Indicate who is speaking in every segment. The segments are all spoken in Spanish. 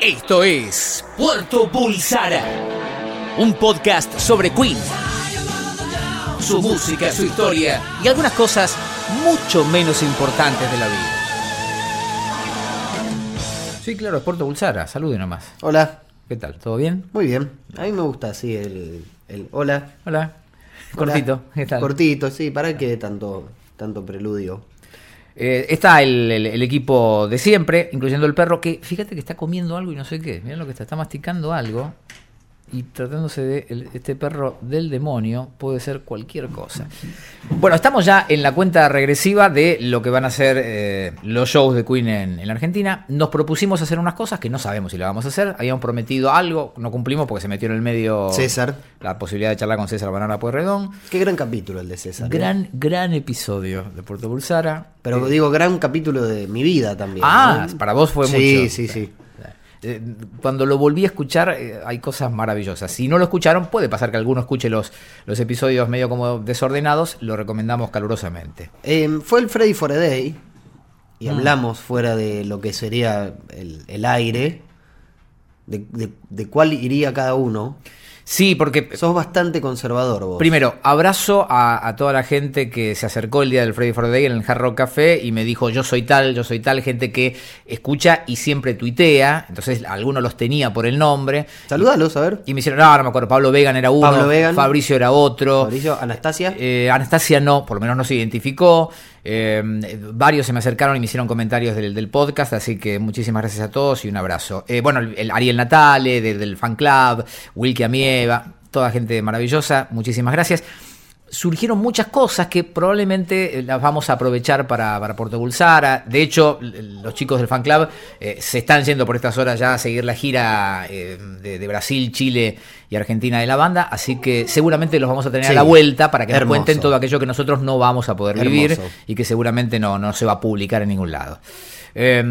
Speaker 1: Esto es Puerto Bulsara, un podcast sobre Queen, su música, su historia y algunas cosas mucho menos importantes de la vida.
Speaker 2: Sí, claro, es Puerto Bulsara. Salude nomás.
Speaker 3: Hola,
Speaker 2: ¿Qué tal? ¿Todo bien?
Speaker 3: muy bien. A mí me gusta así el, el hola.
Speaker 2: Hola.
Speaker 3: Hola.
Speaker 2: Cortito. ¿Qué tal?
Speaker 3: Cortito, sí, para que tanto, tanto preludio.
Speaker 2: Eh, está el, el- el equipo de siempre, incluyendo el perro, que fíjate que está comiendo algo y no sé qué. Mirá lo que está, está masticando algo. Y tratándose de el- este perro del demonio, puede ser cualquier cosa. Bueno, estamos ya en la cuenta regresiva de lo que van a ser eh, los shows de Queen en, en la Argentina. Nos propusimos hacer unas cosas que no sabemos si la vamos a hacer. Habíamos prometido algo, no cumplimos porque se metió en el medio
Speaker 3: César.
Speaker 2: la posibilidad de charlar con César Banana Pueyrredón.
Speaker 3: Qué gran capítulo el de César. ¿eh?
Speaker 2: Gran, gran episodio de Puerto Bulsara.
Speaker 3: Pero digo, gran capítulo de mi vida también.
Speaker 2: Ah,
Speaker 3: ¿no?
Speaker 2: para vos fue
Speaker 3: sí,
Speaker 2: mucho.
Speaker 3: Sí, sí,
Speaker 2: Eh, Cuando lo volví a escuchar, eh, hay cosas maravillosas. Si no lo escucharon, puede pasar que alguno escuche los, los episodios medio como desordenados. Lo recomendamos calurosamente.
Speaker 3: Eh, fue el Freddy Foreday
Speaker 2: Mm.
Speaker 3: y hablamos fuera de lo que sería el, el aire, de, de- de cuál iría cada uno.
Speaker 2: Sí, porque eh,
Speaker 3: Sos bastante conservador vos.
Speaker 2: Primero, abrazo a, a toda la gente que se acercó el día del Freddy Friday en el Hard Rock Café y me dijo, yo soy tal, yo soy tal, gente que escucha y siempre tuitea. Entonces, algunos los tenía por el nombre.
Speaker 3: Saludalos, a ver.
Speaker 2: Y me hicieron, no, no me acuerdo, Pablo Vegan era uno,
Speaker 3: Pablo Vegan.
Speaker 2: Fabricio era otro.
Speaker 3: Mauricio, Anastasia.
Speaker 2: Eh, Anastasia no, por lo menos no se identificó. Eh, varios se me acercaron y me hicieron comentarios del, del podcast, así que muchísimas gracias a todos y un abrazo. Eh, bueno, el, el Ariel Natale, de- del fan club, Wilkie Amieva, toda gente maravillosa, muchísimas gracias. Surgieron muchas cosas que probablemente eh, las vamos a aprovechar para, para Puerto Bulsara. De hecho, l- los chicos del fan club eh, se están yendo por estas horas ya a seguir la gira eh, de, de Brasil, Chile y Argentina de la banda. Así que seguramente los vamos a tener a
Speaker 3: Sí.
Speaker 2: la vuelta para que nos
Speaker 3: Hermoso.
Speaker 2: cuenten todo aquello que nosotros no vamos a poder
Speaker 3: Hermoso.
Speaker 2: vivir y que seguramente no, no se va a publicar en ningún lado. Eh,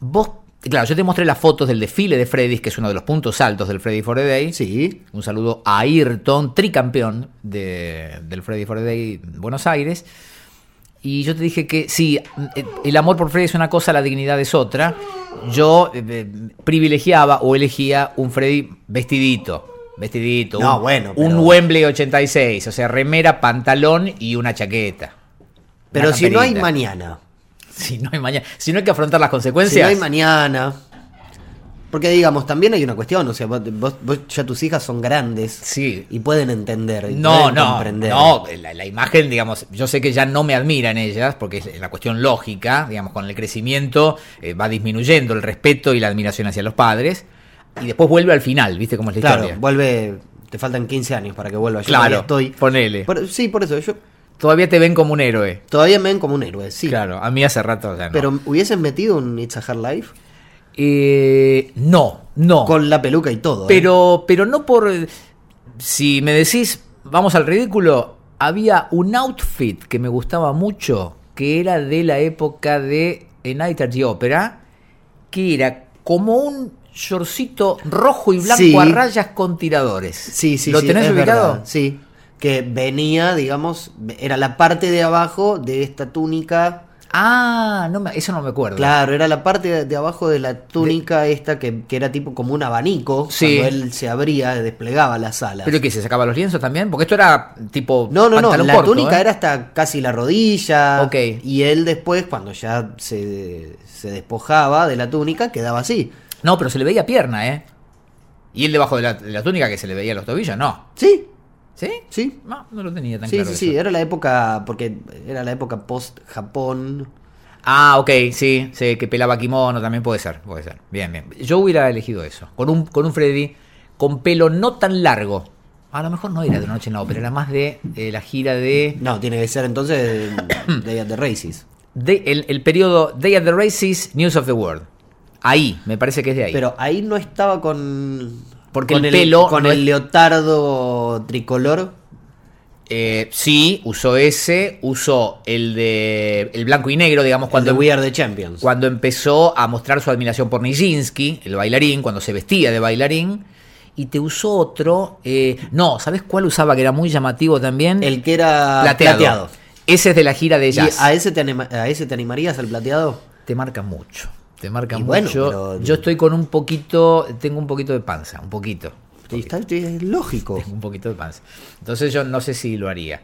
Speaker 2: vos, claro, yo te mostré las fotos del desfile de Freddy's, que es uno de los puntos altos del Freddy for a Day.
Speaker 3: Sí.
Speaker 2: Un saludo a Ayrton, tricampeón de- del Freddy for a Day Buenos Aires. Y yo te dije que sí, eh, el amor por Freddy es una cosa, la dignidad es otra. Yo eh, eh, privilegiaba o elegía un Freddy vestidito. Vestidito.
Speaker 3: No,
Speaker 2: un,
Speaker 3: bueno,
Speaker 2: Un
Speaker 3: pero-
Speaker 2: Wembley 86. O sea, remera, pantalón y una chaqueta.
Speaker 3: Pero
Speaker 2: Una
Speaker 3: si no hay
Speaker 2: camperita.
Speaker 3: mañana.
Speaker 2: Si no hay mañana. Si no hay que afrontar las consecuencias.
Speaker 3: Si no hay mañana. Porque digamos, también hay una cuestión, o sea, vos, vos- vos ya tus hijas son grandes
Speaker 2: Sí.
Speaker 3: y pueden entender, y
Speaker 2: No,
Speaker 3: pueden
Speaker 2: no,
Speaker 3: comprender.
Speaker 2: no, la, la imagen, digamos, yo sé que ya no me admiran ellas, porque es la cuestión lógica, digamos, con el crecimiento eh, va disminuyendo el respeto y la admiración hacia los padres, y después vuelve al final, ¿viste cómo es la
Speaker 3: claro,
Speaker 2: historia?
Speaker 3: vuelve, te faltan 15 años para que vuelva. Yo
Speaker 2: Claro,
Speaker 3: todavía estoy.
Speaker 2: ponele.
Speaker 3: Por- sí, por eso, yo
Speaker 2: Todavía te ven como un héroe.
Speaker 3: todavía me ven como un héroe, sí.
Speaker 2: Claro, a mí hace rato ya no.
Speaker 3: Pero hubieses metido un It's a Hard Life
Speaker 2: Eh, no, no.
Speaker 3: con la peluca y todo. ¿eh?
Speaker 2: Pero, pero no por. eh, Si me decís, vamos al ridículo, había un outfit que me gustaba mucho, que era de la época de A Night at the Opera, que era como un shortcito rojo y blanco
Speaker 3: Sí.
Speaker 2: a rayas con tiradores.
Speaker 3: Sí, sí,
Speaker 2: ¿Lo
Speaker 3: sí,
Speaker 2: tenés
Speaker 3: es
Speaker 2: ubicado?
Speaker 3: verdad, sí. Que venía, digamos, era la parte de abajo de esta túnica.
Speaker 2: Ah, no me- eso no me acuerdo.
Speaker 3: Claro, era la parte de, de abajo de la túnica esta que, que era tipo como un abanico.
Speaker 2: Sí.
Speaker 3: Cuando él se abría, desplegaba las alas.
Speaker 2: ¿Pero qué? ¿Se sacaba los lienzos también? Porque esto era tipo.
Speaker 3: no, no, no.
Speaker 2: pantalón
Speaker 3: La
Speaker 2: corto,
Speaker 3: túnica
Speaker 2: ¿eh?
Speaker 3: era hasta casi la rodilla.
Speaker 2: Ok.
Speaker 3: Y él después, cuando ya se, se despojaba de la túnica, quedaba así.
Speaker 2: No, pero se le veía pierna, ¿eh? Y él debajo de la, de la túnica que se le veía los tobillos, no.
Speaker 3: Sí,
Speaker 2: ¿Sí?
Speaker 3: sí.
Speaker 2: No, no lo tenía tan
Speaker 3: Sí,
Speaker 2: claro.
Speaker 3: sí,
Speaker 2: eso.
Speaker 3: sí, era la época, porque era la época post-Japón.
Speaker 2: Ah, ok, sí, sí, que pelaba kimono también puede ser, puede ser. Bien, bien. Yo hubiera elegido eso, con un, con un Freddy con pelo no tan largo. A lo mejor no era de Noche en la Ópera, era más de eh, la gira de,
Speaker 3: No, tiene que ser entonces Day at the Races.
Speaker 2: de- el, el periodo Day at the Races, News of the World. Ahí, me parece que es de ahí.
Speaker 3: Pero ahí no estaba con.
Speaker 2: Porque
Speaker 3: con
Speaker 2: el pelo
Speaker 3: Con
Speaker 2: no
Speaker 3: el
Speaker 2: es-
Speaker 3: leotardo tricolor.
Speaker 2: Eh, sí, usó ese, usó el de el blanco y negro, digamos,
Speaker 3: Cuando
Speaker 2: cuando
Speaker 3: We Are the Champions.
Speaker 2: cuando empezó a mostrar su admiración por Nijinsky, el bailarín, cuando se vestía de bailarín, y te usó otro, eh, no, ¿sabes cuál usaba que era muy llamativo también? Ah,
Speaker 3: El que era
Speaker 2: plateado.
Speaker 3: plateado.
Speaker 2: Ese es de la gira de
Speaker 3: ¿Y
Speaker 2: jazz.
Speaker 3: a ese, te anima- a ese te animarías al plateado?
Speaker 2: Te marca mucho. te marca
Speaker 3: Y bueno,
Speaker 2: mucho.
Speaker 3: pero-
Speaker 2: Yo estoy con un poquito, tengo un poquito de panza, un poquito.
Speaker 3: Sí, está- es lógico.
Speaker 2: Tengo un poquito de panza. Entonces yo no sé si lo haría.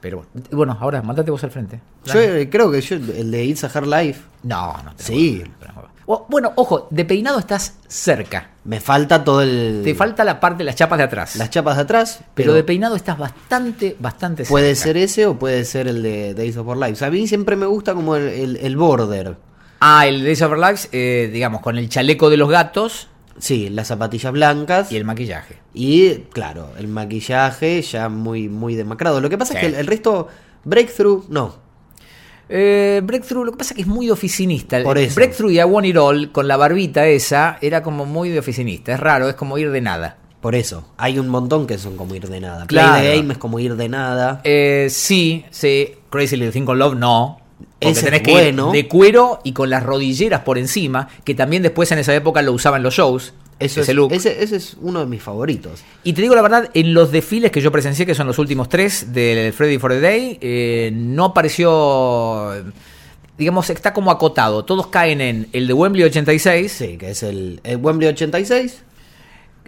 Speaker 2: Pero bueno, bueno, ahora, mandate vos al frente.
Speaker 3: Yo eh, creo que yo, el de It's a Hard Life,
Speaker 2: No, no. te
Speaker 3: Sí.
Speaker 2: la juego. O- Bueno, ojo, de peinado estás cerca.
Speaker 3: me falta todo el.
Speaker 2: Te falta la parte de las chapas de atrás.
Speaker 3: las chapas de atrás,
Speaker 2: pero de peinado estás bastante, bastante
Speaker 3: Puede
Speaker 2: cerca.
Speaker 3: ser ese o puede ser el de Days of Our Lives. A mí siempre me gusta como el, el- el border.
Speaker 2: Ah, el Days of Our Lives, eh, digamos, con el chaleco de los gatos
Speaker 3: Sí, las zapatillas blancas.
Speaker 2: y el maquillaje.
Speaker 3: Y claro, el maquillaje ya muy, muy demacrado. Lo que pasa
Speaker 2: Sí.
Speaker 3: es que el, el resto, Breakthrough, no.
Speaker 2: Eh, Breakthrough, lo que pasa es que es muy oficinista.
Speaker 3: Por eso.
Speaker 2: Breakthrough y I Want It All, con la barbita esa, era como muy de oficinista. Es raro, es como ir de nada.
Speaker 3: Por eso. Hay un montón que son como ir de nada.
Speaker 2: Claro.
Speaker 3: Play the Game es como ir de nada.
Speaker 2: Eh, sí, sí. Crazy Little Thing Called Love, no. Porque
Speaker 3: Ese es
Speaker 2: tenés que ir
Speaker 3: bueno.
Speaker 2: de cuero y con las rodilleras por encima, que también después en esa época lo usaban los shows.
Speaker 3: Eso
Speaker 2: ese
Speaker 3: es-
Speaker 2: look.
Speaker 3: Ese, ese es uno de mis favoritos.
Speaker 2: Y te digo la verdad, en los desfiles que yo presencié, que son los últimos tres del Freddy for the Day, eh, no apareció, digamos, está como acotado. Todos caen en el de Wembley 86,
Speaker 3: Sí, que es el, el Wembley 86.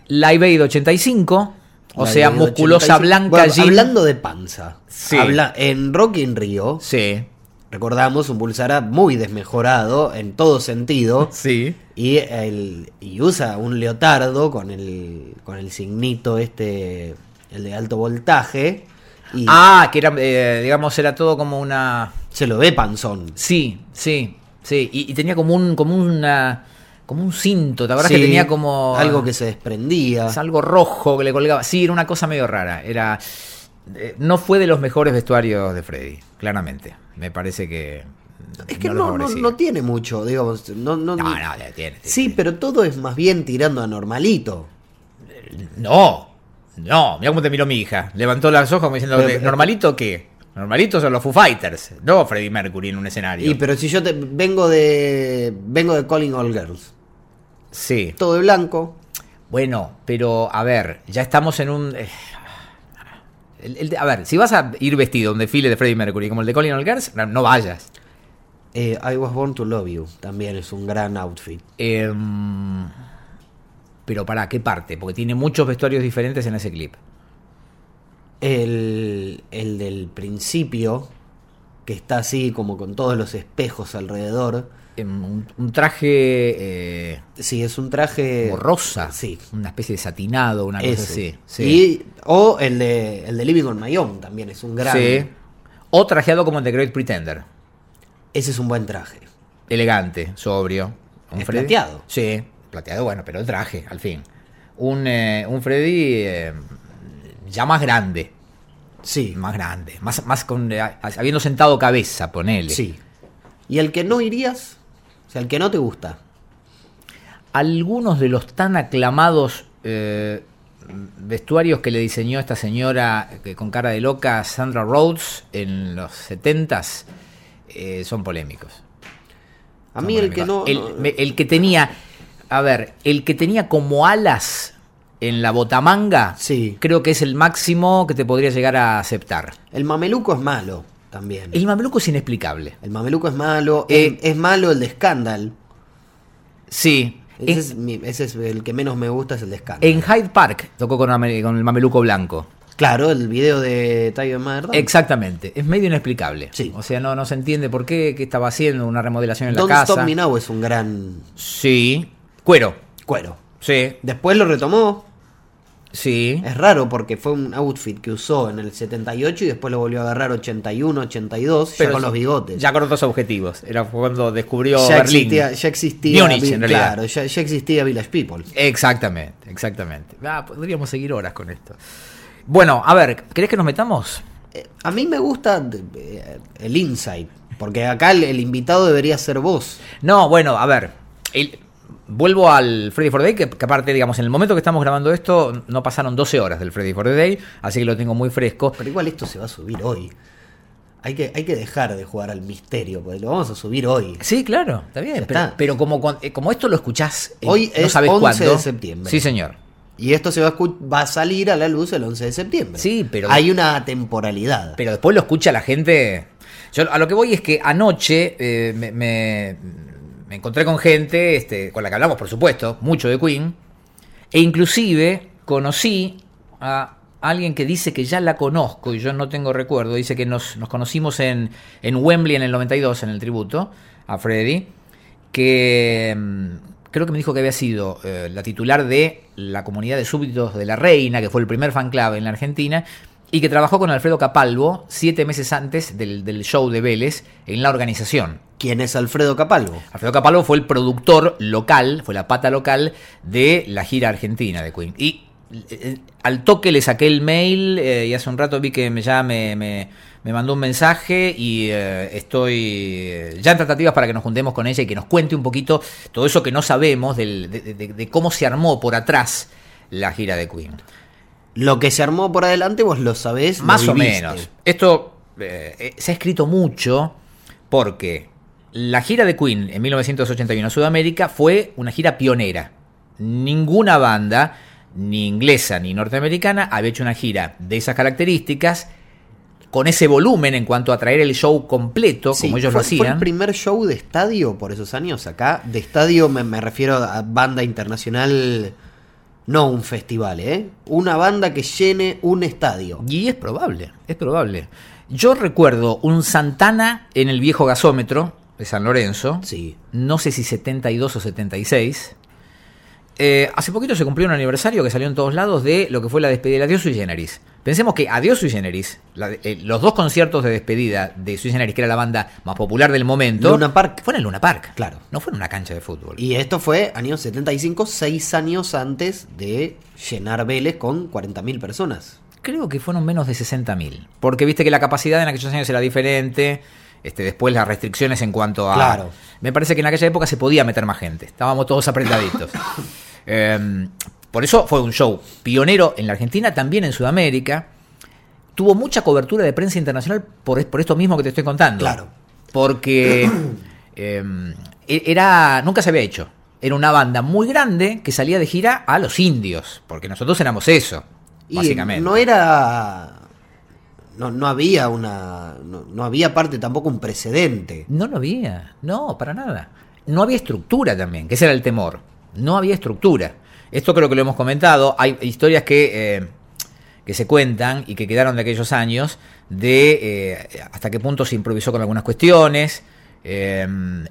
Speaker 2: Live Aid 85, o
Speaker 3: la
Speaker 2: sea,
Speaker 3: de
Speaker 2: musculosa
Speaker 3: 85.
Speaker 2: blanca,
Speaker 3: Bueno,
Speaker 2: jean.
Speaker 3: Hablando de panza.
Speaker 2: Sí.
Speaker 3: Habla, en Rock in Rio,
Speaker 2: Sí,
Speaker 3: recordamos un Bulsara muy desmejorado en todo sentido.
Speaker 2: sí.
Speaker 3: Y, el, y usa un leotardo con el, con el signito este, el de alto voltaje. Y
Speaker 2: Ah, que era, eh, digamos, era todo como una...
Speaker 3: se lo ve panzón.
Speaker 2: Sí, sí, sí. Y, y tenía como un, como una, como un cinto. La verdad
Speaker 3: Sí,
Speaker 2: que tenía como
Speaker 3: Algo que se desprendía.
Speaker 2: es algo rojo que le colgaba. Sí, era una cosa medio rara. Era, eh, no fue de los mejores vestuarios de Freddy, claramente. Me parece que
Speaker 3: Es que
Speaker 2: lo
Speaker 3: no, no,
Speaker 2: favorecía.
Speaker 3: no tiene mucho, digamos. No, no,
Speaker 2: No, no, este, tiene, tiene.
Speaker 3: sí, pero todo es más bien tirando a normalito.
Speaker 2: no, no. Mira cómo te miró mi hija. Levantó las ojos como diciendo,
Speaker 3: Pero- pero-
Speaker 2: normalito qué. Normalito son los Foo Fighters, no Freddie Mercury en un escenario.
Speaker 3: Y pero si yo te vengo de vengo de Calling All Girls,
Speaker 2: sí.
Speaker 3: todo de blanco.
Speaker 2: Bueno, pero a ver, ya estamos en un. eh, el- el- a ver, si vas a ir vestido a un desfile de Freddie Mercury como el de Colin Olgers, no, no vayas.
Speaker 3: Eh, I was born to love you también es un gran outfit.
Speaker 2: Em, pero para qué parte, porque tiene muchos vestuarios diferentes en ese clip.
Speaker 3: El, el del principio que está así como con todos los espejos alrededor.
Speaker 2: Em, un, un traje eh,
Speaker 3: Sí, es un traje
Speaker 2: como rosa,
Speaker 3: Eh,
Speaker 2: Ah,
Speaker 3: Sí.
Speaker 2: una especie de satinado, una cosa
Speaker 3: ese.
Speaker 2: así.
Speaker 3: Y o el de el de Living on My Own también es un gran.
Speaker 2: Sí. O trajeado como en The Great Pretender.
Speaker 3: Ese es un buen traje.
Speaker 2: elegante, sobrio.
Speaker 3: Es plateado.
Speaker 2: Sí, plateado, bueno, pero el traje, al fin. Un, eh, un Freddy eh, ya más grande,
Speaker 3: Sí,
Speaker 2: más grande, más, más con, eh, habiendo sentado cabeza, ponele.
Speaker 3: sí. ¿Y el que no irías? O sea, el que no te gusta.
Speaker 2: Algunos de los tan aclamados eh, vestuarios que le diseñó esta señora que con cara de loca, Sandra Rhodes, en los 70s, eh, son polémicos.
Speaker 3: A mí el que no.
Speaker 2: El,
Speaker 3: no-
Speaker 2: me- el que tenía. A ver, el que tenía como alas en la botamanga.
Speaker 3: Sí.
Speaker 2: Creo que es el máximo que te podría llegar a aceptar.
Speaker 3: El mameluco es malo también.
Speaker 2: El mameluco es inexplicable.
Speaker 3: El mameluco es malo.
Speaker 2: Eh,
Speaker 3: es, es malo el de Scandal.
Speaker 2: Sí.
Speaker 3: Ese
Speaker 2: En,
Speaker 3: es, mi- ese es el que menos me gusta, es el de Scandal.
Speaker 2: en Hyde Park tocó con, Amel- con el mameluco blanco.
Speaker 3: Claro, el video de Tiger Mother.
Speaker 2: Exactamente. Es medio inexplicable.
Speaker 3: Sí.
Speaker 2: O sea, no, no se entiende por qué, qué estaba haciendo, una remodelación en
Speaker 3: Don't
Speaker 2: la casa.
Speaker 3: Stop Me Now es un gran
Speaker 2: sí. Cuero.
Speaker 3: cuero.
Speaker 2: Sí.
Speaker 3: Después lo retomó.
Speaker 2: Sí.
Speaker 3: Es raro porque fue un outfit que usó en el 78 y después lo volvió a agarrar 81, 82, ya con los bigotes.
Speaker 2: Ya con otros objetivos. Era cuando descubrió
Speaker 3: Ya
Speaker 2: Berlín.
Speaker 3: existía, ya existía
Speaker 2: Múnich,
Speaker 3: Vi-
Speaker 2: en realidad.
Speaker 3: claro, ya, ya existía Village People.
Speaker 2: Exactamente, exactamente. Ah, podríamos seguir horas con esto. Bueno, a ver, ¿querés que nos metamos?
Speaker 3: Eh, A mí me gusta eh, el insight, porque acá el, el invitado debería ser vos.
Speaker 2: No, bueno, a ver. el- vuelvo al Freddy for the Day, que, que aparte, digamos, en el momento que estamos grabando esto, no pasaron 12 horas del Freddy for the Day, así que lo tengo muy fresco.
Speaker 3: Pero igual esto se va a subir hoy. Hay que, hay que dejar de jugar al misterio, porque lo vamos a subir hoy.
Speaker 2: Sí, claro, está bien.
Speaker 3: Ya
Speaker 2: pero
Speaker 3: está.
Speaker 2: pero como, cuan- eh, como esto lo escuchás, eh,
Speaker 3: Hoy
Speaker 2: no
Speaker 3: es
Speaker 2: sabes
Speaker 3: 11
Speaker 2: cuándo.
Speaker 3: de septiembre.
Speaker 2: Sí, señor.
Speaker 3: Y esto se va a, escu- va a salir a la luz el 11 de septiembre.
Speaker 2: Sí, pero-
Speaker 3: Hay una temporalidad.
Speaker 2: Pero después lo escucha la gente. Yo a lo que voy es que anoche eh, me, me- me encontré con gente este, con la que hablamos, por supuesto, mucho de Queen. E inclusive conocí a alguien que dice que ya la conozco y yo no tengo recuerdo. Dice que nos, nos conocimos en, en Wembley en el 92, en el tributo a Freddy. Que mm, creo que me dijo que había sido eh, la titular de la comunidad de súbditos de la Reina, que fue el primer fan club en la Argentina. Y que trabajó con Alfredo Capalvo siete meses antes del, del show de Vélez en la organización.
Speaker 3: ¿Quién es Alfredo Capalvo?
Speaker 2: Alfredo Capalvo fue el productor local, fue la pata local de la gira argentina de Queen. Y eh, al toque le saqué el mail eh, y hace un rato vi que me, ya me, me- me mandó un mensaje y eh, estoy eh, ya en tratativas para que nos juntemos con ella y que nos cuente un poquito todo eso que no sabemos del- de, de- de cómo se armó por atrás la gira de Queen.
Speaker 3: Lo que se armó por adelante vos lo sabés. lo
Speaker 2: Más o
Speaker 3: viviste.
Speaker 2: menos. Esto eh, eh, se ha escrito mucho porque la gira de Queen en 1981 a Sudamérica fue una gira pionera. Ninguna banda, ni inglesa ni norteamericana, había hecho una gira de esas características, con ese volumen en cuanto a traer el show completo,
Speaker 3: Sí,
Speaker 2: como ellos
Speaker 3: fue,
Speaker 2: lo
Speaker 3: fue el
Speaker 2: hacían.
Speaker 3: primer show de estadio por esos años acá. De estadio me, me refiero a banda internacional, no un festival, ¿eh? Una banda que llene un estadio.
Speaker 2: Y es probable, es probable. Yo recuerdo un Santana en el viejo gasómetro de San Lorenzo.
Speaker 3: Sí.
Speaker 2: no sé si 72 o 76. Eh, hace poquito se cumplió un aniversario que salió en todos lados de lo que fue la despedida de Adiós Sui Generis. Pensemos que Adiós Sui Generis, la de- eh, los dos conciertos de despedida de Sui Generis, que era la banda más popular del momento,
Speaker 3: Luna Park.
Speaker 2: fue en el Luna Park.
Speaker 3: Claro.
Speaker 2: No fue en una cancha de fútbol.
Speaker 3: Y esto fue año 75, seis años antes de llenar Vélez con 40.000 personas.
Speaker 2: Creo que fueron menos de 60.000. Porque viste que la capacidad en aquellos años era diferente. Este, después las restricciones en cuanto a.
Speaker 3: Claro.
Speaker 2: Me parece que en aquella época se podía meter más gente. Estábamos todos apretaditos. Eh, por eso fue un show pionero en la Argentina, también en Sudamérica. Tuvo mucha cobertura de prensa internacional por, por esto mismo que te estoy contando.
Speaker 3: Claro.
Speaker 2: Porque eh, era. nunca se había hecho. Era una banda muy grande que salía de gira a los indios. Porque nosotros éramos eso.
Speaker 3: Y
Speaker 2: básicamente.
Speaker 3: no era. No, no había una. No, no había parte tampoco un precedente.
Speaker 2: No lo había, no, para nada. No había estructura también, que ese era el temor. No había estructura. Esto creo que lo hemos comentado. Hay historias que, eh, que se cuentan y que quedaron de aquellos años de eh, hasta qué punto se improvisó con algunas cuestiones. eh,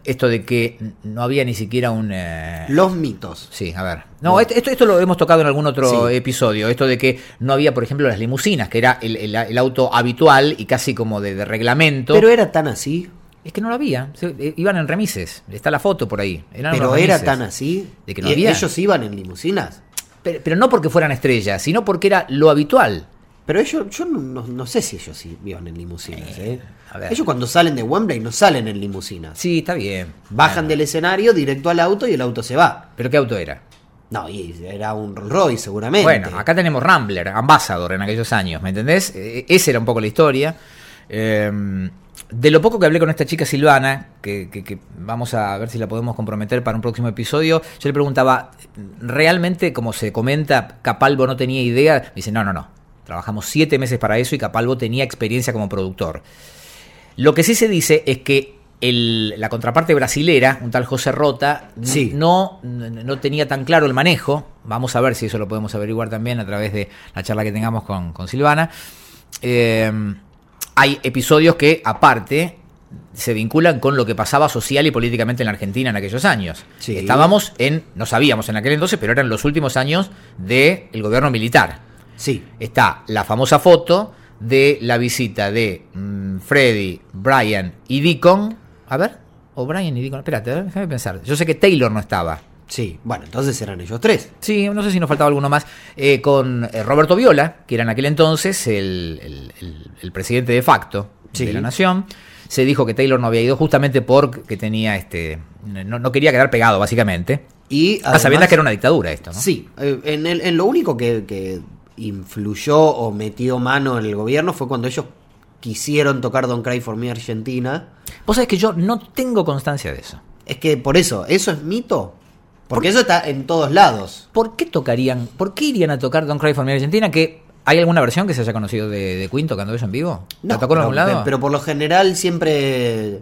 Speaker 2: esto de que no había ni siquiera un... eh,
Speaker 3: Los mitos.
Speaker 2: Sí, a ver. No, esto, esto, esto lo hemos tocado en algún otro
Speaker 3: Sí.
Speaker 2: episodio. Esto de que no había, por ejemplo, las limusinas, que era el, el- el auto habitual y casi como de, de reglamento.
Speaker 3: Pero era tan así.
Speaker 2: Es que no lo había. se- eh, iban en remises. Está la foto por ahí. Eran
Speaker 3: Pero
Speaker 2: unos
Speaker 3: era
Speaker 2: remises.
Speaker 3: tan así.
Speaker 2: De que no
Speaker 3: y
Speaker 2: había.
Speaker 3: ellos iban en limusinas.
Speaker 2: Pero, pero no porque fueran estrellas, sino porque era lo habitual.
Speaker 3: Pero ellos, yo no, no- no sé si ellos iban en limusinas, ¿eh?
Speaker 2: a ver.
Speaker 3: Ellos cuando salen de Wembley no salen en limusinas.
Speaker 2: Sí, está bien.
Speaker 3: Bajan del escenario directo al auto y el auto se va.
Speaker 2: ¿Pero qué auto era?
Speaker 3: No, y era un Rolls Royce seguramente.
Speaker 2: Bueno, acá tenemos Rambler, Ambassador en aquellos años, ¿me entendés? Eh, esa era un poco la historia. Eh, de lo poco que hablé con esta chica Silvana, que, que- que vamos a ver si la podemos comprometer para un próximo episodio, yo le preguntaba, ¿realmente, como se comenta, Capalvo no tenía idea? Me dice, no, no, no. Trabajamos siete meses para eso y Capalvo tenía experiencia como productor. Lo que sí se dice es que el- la contraparte brasilera, un tal José Rota, n-
Speaker 3: Sí.
Speaker 2: no, n- no tenía tan claro el manejo. Vamos a ver si eso lo podemos averiguar también a través de la charla que tengamos con, con Silvana. Eh, hay episodios que, aparte, se vinculan con lo que pasaba social y políticamente en la Argentina en aquellos años.
Speaker 3: Sí.
Speaker 2: Estábamos en, no sabíamos en aquel entonces, pero eran los últimos años del gobierno militar
Speaker 3: Sí.
Speaker 2: está la famosa foto de la visita de mm, Freddy, Brian y Deacon. A ver, o Brian y Deacon. Espérate, a ver, déjame pensar. Yo sé que Taylor no estaba.
Speaker 3: Sí. Bueno, entonces eran ellos tres.
Speaker 2: Sí, no sé si nos faltaba alguno más. Eh, con eh, Roberto Viola, que era en aquel entonces el, el- el- el presidente de facto
Speaker 3: Sí.
Speaker 2: de la nación. Se dijo que Taylor no había ido justamente porque tenía este. No, no quería quedar pegado, básicamente.
Speaker 3: Y
Speaker 2: a sabiendas
Speaker 3: además-
Speaker 2: Ah, que era una dictadura esto, ¿no?
Speaker 3: Sí, eh, en, el- en lo único que, que influyó o metió mano en el gobierno fue cuando ellos quisieron tocar Don't Cry for Me Argentina.
Speaker 2: Vos sabés que yo no tengo constancia de eso.
Speaker 3: Es que por eso, ¿eso es mito? Porque eso está en todos lados.
Speaker 2: ¿Por qué tocarían, por qué irían a tocar Don't Cry for Me Argentina? Que ¿Hay alguna versión que se haya conocido de, de Queen tocando eso en vivo? ¿La tocó en
Speaker 3: pero,
Speaker 2: algún lado?
Speaker 3: pero por lo general siempre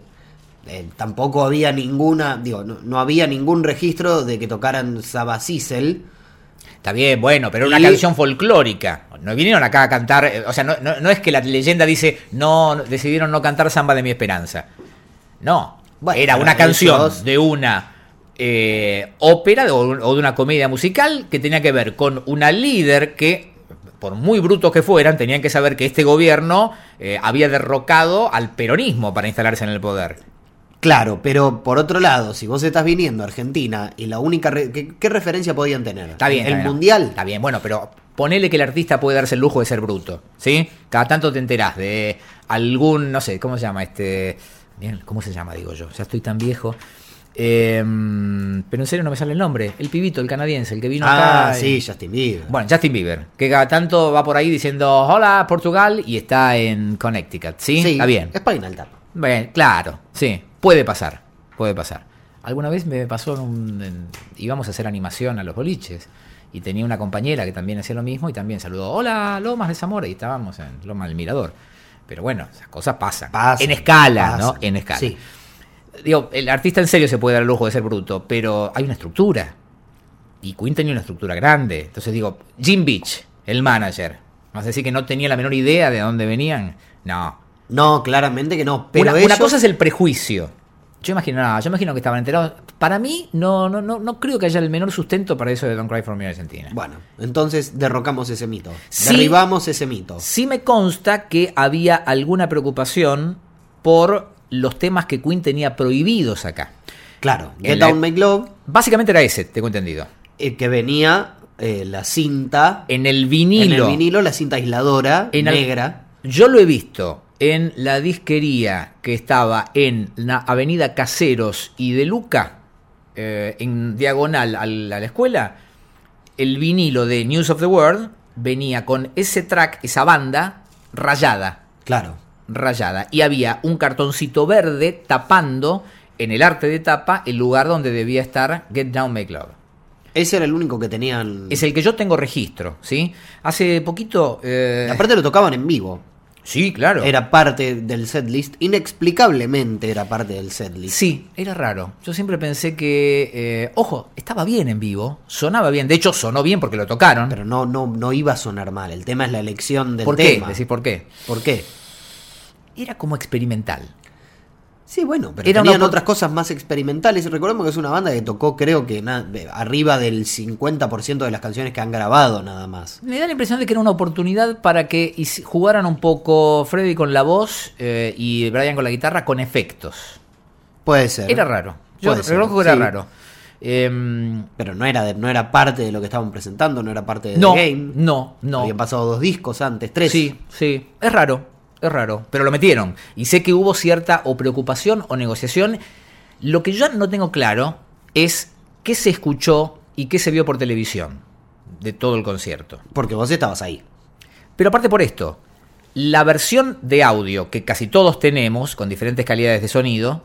Speaker 3: eh, tampoco había ninguna, digo, no, no había ningún registro de que tocaran Sabasisel.
Speaker 2: Está bien, bueno, pero era
Speaker 3: Y-
Speaker 2: una canción folclórica. No vinieron acá a cantar, eh, o sea, no, no- no es que la leyenda dice, no, no, decidieron no cantar Samba de mi esperanza. No,
Speaker 3: Bueno,
Speaker 2: era una
Speaker 3: pero
Speaker 2: canción
Speaker 3: ellos-
Speaker 2: de una eh, ópera de- o, o de una comedia musical que tenía que ver con una líder que, por muy brutos que fueran, tenían que saber que este gobierno eh, había derrocado al peronismo para instalarse en el poder.
Speaker 3: Claro, pero por otro lado, si vos estás viniendo a Argentina y la única. re- ¿qué, qué referencia podían tener?
Speaker 2: Está bien.
Speaker 3: El
Speaker 2: está bien.
Speaker 3: mundial.
Speaker 2: Está bien, bueno, pero ponele que el artista puede darse el lujo de ser bruto, ¿sí? Cada tanto te enterás de algún, no sé, ¿cómo se llama? Este. Bien, ¿cómo se llama? Digo yo, ya estoy tan viejo. Eh, pero en serio no me sale el nombre. El pibito, el canadiense, el que vino acá.
Speaker 3: ah,
Speaker 2: y-
Speaker 3: sí, Justin Bieber.
Speaker 2: Bueno, Justin Bieber, que cada tanto va por ahí diciendo hola Portugal y está en Connecticut, ¿sí?
Speaker 3: Sí,
Speaker 2: Está bien.
Speaker 3: Es Spinal Tap.
Speaker 2: Bien, claro, sí, puede pasar, puede pasar. Alguna vez me pasó en un... en- íbamos a hacer animación a los boliches y tenía una compañera que también hacía lo mismo y también saludó, hola Lomas de Zamora y estábamos en Lomas del Mirador. Pero bueno, esas cosas pasan.
Speaker 3: Pasan,
Speaker 2: en escala,
Speaker 3: pasan.
Speaker 2: ¿no? En escala.
Speaker 3: Sí.
Speaker 2: Digo, el artista en serio se puede dar el lujo de ser bruto, pero hay una estructura. Y Queen tenía una estructura grande. Entonces digo, Jim Beach, el manager. Vas a decir que no tenía la menor idea de dónde venían. No,
Speaker 3: No, claramente que no. Pero
Speaker 2: una, una
Speaker 3: ellos-
Speaker 2: cosa es el prejuicio. Yo imagino, no, yo imagino que estaban enterados. Para mí, no, no, no, no creo que haya el menor sustento para eso de Don't Cry for Me Argentina.
Speaker 3: Bueno, entonces derrocamos ese mito.
Speaker 2: Sí.
Speaker 3: Derribamos ese mito.
Speaker 2: Sí me consta que había alguna preocupación por los temas que Queen tenía prohibidos acá.
Speaker 3: Claro. Get
Speaker 2: En la-
Speaker 3: Down Make Love,
Speaker 2: Básicamente era ese, tengo entendido.
Speaker 3: el que venía eh, la cinta.
Speaker 2: En el vinilo.
Speaker 3: En el vinilo, la cinta aisladora,
Speaker 2: En al-
Speaker 3: negra.
Speaker 2: Yo lo he visto en la disquería que estaba en la avenida Caseros y de Luca, eh, en diagonal al- a la escuela, el vinilo de News of the World venía con ese track, esa banda, rayada,
Speaker 3: Claro.
Speaker 2: rayada. Y había un cartoncito verde tapando en el arte de tapa el lugar donde debía estar Get Down Make Love.
Speaker 3: Ese era el único que tenían.
Speaker 2: Es el que yo tengo registro, ¿sí? Hace poquito... eh,
Speaker 3: Aparte lo tocaban en vivo.
Speaker 2: sí, claro.
Speaker 3: Era parte del setlist. Inexplicablemente era parte del setlist.
Speaker 2: Sí, era raro. Yo siempre pensé que, eh, ojo, estaba bien en vivo, sonaba bien. De hecho, sonó bien porque lo tocaron.
Speaker 3: Pero no, no, no iba a sonar mal. El tema es la elección del
Speaker 2: ¿Por qué?
Speaker 3: tema.
Speaker 2: Decís por qué.
Speaker 3: ¿Por qué?
Speaker 2: Era como experimental.
Speaker 3: Sí, bueno, pero
Speaker 2: Era una
Speaker 3: tenían
Speaker 2: opor-
Speaker 3: otras cosas más experimentales. Recordemos que es una banda que tocó, creo que na- de- arriba del 50% de las canciones que han grabado, nada más.
Speaker 2: Me da la impresión de que era una oportunidad para que his- jugaran un poco Freddy con la voz eh, y Brian con la guitarra con efectos.
Speaker 3: Puede ser.
Speaker 2: Era raro. Yo
Speaker 3: Puede ser,
Speaker 2: reconozco que era
Speaker 3: sí.
Speaker 2: raro. Em,
Speaker 3: Pero no era, de- no era parte de lo que estaban presentando, no era parte del
Speaker 2: no,
Speaker 3: game.
Speaker 2: no, no.
Speaker 3: Habían pasado dos discos antes, tres.
Speaker 2: Sí, sí. Es raro, es raro. Pero lo metieron. Y sé que hubo cierta o preocupación o negociación. Lo que yo no tengo claro es qué se escuchó y qué se vio por televisión de todo el concierto.
Speaker 3: Porque vos estabas ahí.
Speaker 2: Pero aparte por esto, la versión de audio que casi todos tenemos, con diferentes calidades de sonido,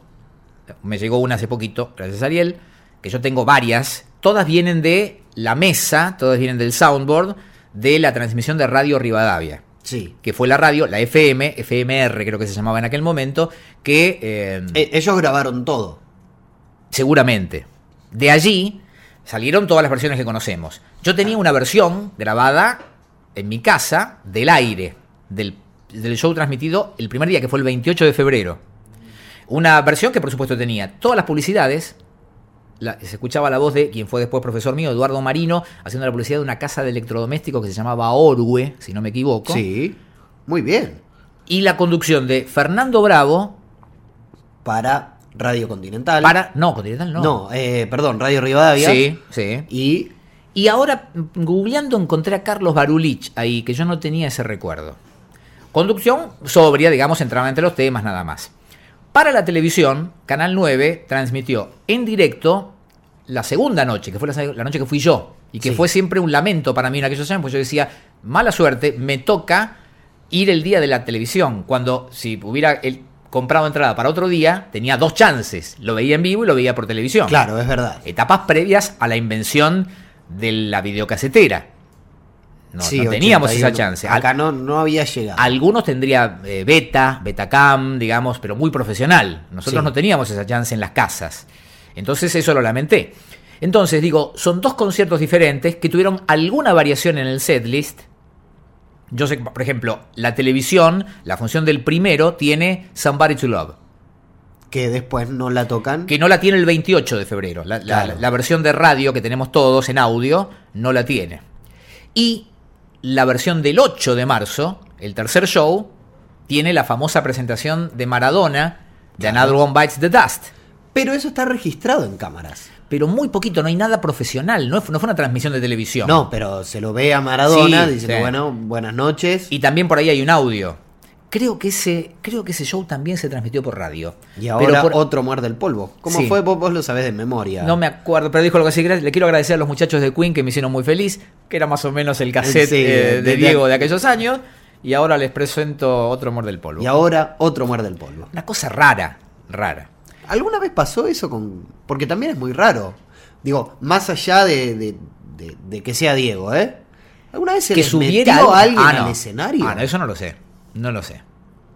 Speaker 2: me llegó una hace poquito, gracias a Ariel, que yo tengo varias, todas vienen de la mesa, todas vienen del soundboard, de la transmisión de Radio Rivadavia
Speaker 3: Sí.
Speaker 2: que fue la radio, la FM, FMR creo que se llamaba en aquel momento, que eh,
Speaker 3: E- ellos grabaron todo.
Speaker 2: seguramente de allí salieron todas las versiones que conocemos. Yo tenía una versión grabada en mi casa del aire, del, del show transmitido el primer día, que fue el 28 de febrero. Una versión que por supuesto tenía todas las publicidades. la- se escuchaba la voz de quien fue después profesor mío, Eduardo Marino, haciendo la publicidad de una casa de electrodomésticos que se llamaba Orgue, si no me equivoco.
Speaker 3: Sí. Muy bien.
Speaker 2: y la conducción de Fernando Bravo
Speaker 3: Para Radio Continental.
Speaker 2: para. No, Continental no.
Speaker 3: No, eh, perdón, Radio Rivadavia.
Speaker 2: Sí, sí.
Speaker 3: Y
Speaker 2: Y ahora, mm, googleando, encontré a Carlos Barulich ahí, que yo no tenía ese recuerdo. Conducción sobria, digamos, entraban entre los temas nada más. Para la televisión, Canal 9 transmitió en directo la segunda noche, que fue la, se- la noche que fui yo, y que
Speaker 3: Sí.
Speaker 2: fue siempre un lamento para mí en aquellos años, porque yo decía, mala suerte, me toca ir el día de la televisión, cuando si hubiera el- comprado entrada para otro día, tenía dos chances, lo veía en vivo y lo veía por televisión
Speaker 3: claro, es verdad.
Speaker 2: etapas previas a la invención de la videocasetera. no,
Speaker 3: Sí,
Speaker 2: no teníamos
Speaker 3: 81.
Speaker 2: esa chance. Al-
Speaker 3: Acá no, no había llegado.
Speaker 2: algunos tendría eh, beta, betacam, digamos, pero muy profesional. Nosotros
Speaker 3: Sí.
Speaker 2: no teníamos esa chance en las casas. Entonces eso lo lamenté. Entonces digo, son dos conciertos diferentes que tuvieron alguna variación en el setlist. Yo sé que, por ejemplo, la televisión, la función del primero tiene Somebody to Love,
Speaker 3: que después no la tocan.
Speaker 2: que no la tiene el 28 de febrero. La, la-
Speaker 3: Claro.
Speaker 2: la versión de radio que tenemos todos en audio no la tiene. Y la versión del 8 de marzo, el tercer show, tiene la famosa presentación de Maradona de Another One Bites the Dust.
Speaker 3: Pero eso está registrado en cámaras.
Speaker 2: Pero muy poquito, no hay nada profesional, no, es- no fue una transmisión de televisión.
Speaker 3: No, pero se lo ve a Maradona
Speaker 2: Sí,
Speaker 3: diciendo,
Speaker 2: sí.
Speaker 3: bueno, buenas noches.
Speaker 2: Y también por ahí hay un audio. Creo que ese, creo que ese show también se transmitió por radio.
Speaker 3: Y ahora
Speaker 2: Pero por-
Speaker 3: otro muerde el polvo. ¿Cómo
Speaker 2: Sí.
Speaker 3: fue? Vos, vos lo sabés de memoria.
Speaker 2: No me acuerdo, pero dijo algo así. "Gra- Le quiero agradecer a los muchachos de Queen que me hicieron muy feliz, que era más o menos el cassette
Speaker 3: Sí,
Speaker 2: eh, de,
Speaker 3: de-
Speaker 2: Diego de aquellos años. Y ahora les presento otro amor del polvo.
Speaker 3: Y ahora otro muerde el polvo.
Speaker 2: Una cosa rara, rara.
Speaker 3: ¿Alguna vez pasó eso con.? Porque también es muy raro. Digo, más allá de, de- de- de que sea Diego, ¿eh? ¿Alguna vez se
Speaker 2: que
Speaker 3: les
Speaker 2: subiera
Speaker 3: metió
Speaker 2: alguien-
Speaker 3: alguien
Speaker 2: Ah, no.
Speaker 3: al escenario?
Speaker 2: Ah, no, eso no lo sé. No lo sé.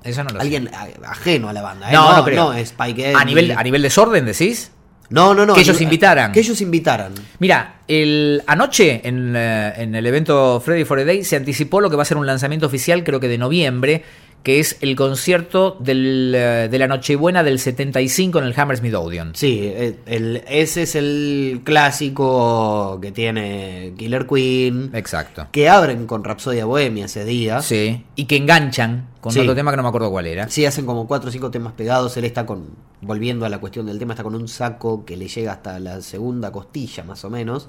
Speaker 2: Eso no lo
Speaker 3: Alguien a- ajeno a la banda.
Speaker 2: sé.
Speaker 3: ¿eh? No, no,
Speaker 2: creo.
Speaker 3: es Spike
Speaker 2: a
Speaker 3: Lee.
Speaker 2: nivel, a nivel desorden, decís.
Speaker 3: No, no, no.
Speaker 2: que
Speaker 3: a
Speaker 2: ellos
Speaker 3: nivel-
Speaker 2: invitaran.
Speaker 3: Que ellos invitaran.
Speaker 2: Mira, el, anoche en, eh, en el evento Freddy for a Day se anticipó lo que va a ser un lanzamiento oficial, creo que de noviembre, que es el concierto del, eh, de la Nochebuena del 75 en el Hammersmith Odeon.
Speaker 3: Sí, eh, el, ese es el clásico que tiene Killer Queen.
Speaker 2: Exacto.
Speaker 3: Que abren con Rapsodia Bohemia ese día.
Speaker 2: Sí. Y que enganchan con
Speaker 3: Sí.
Speaker 2: otro tema que no me acuerdo cuál era.
Speaker 3: Sí, hacen como cuatro o cinco temas pegados. Él está con. Volviendo a la cuestión del tema, está con un saco que le llega hasta la segunda costilla, más o menos.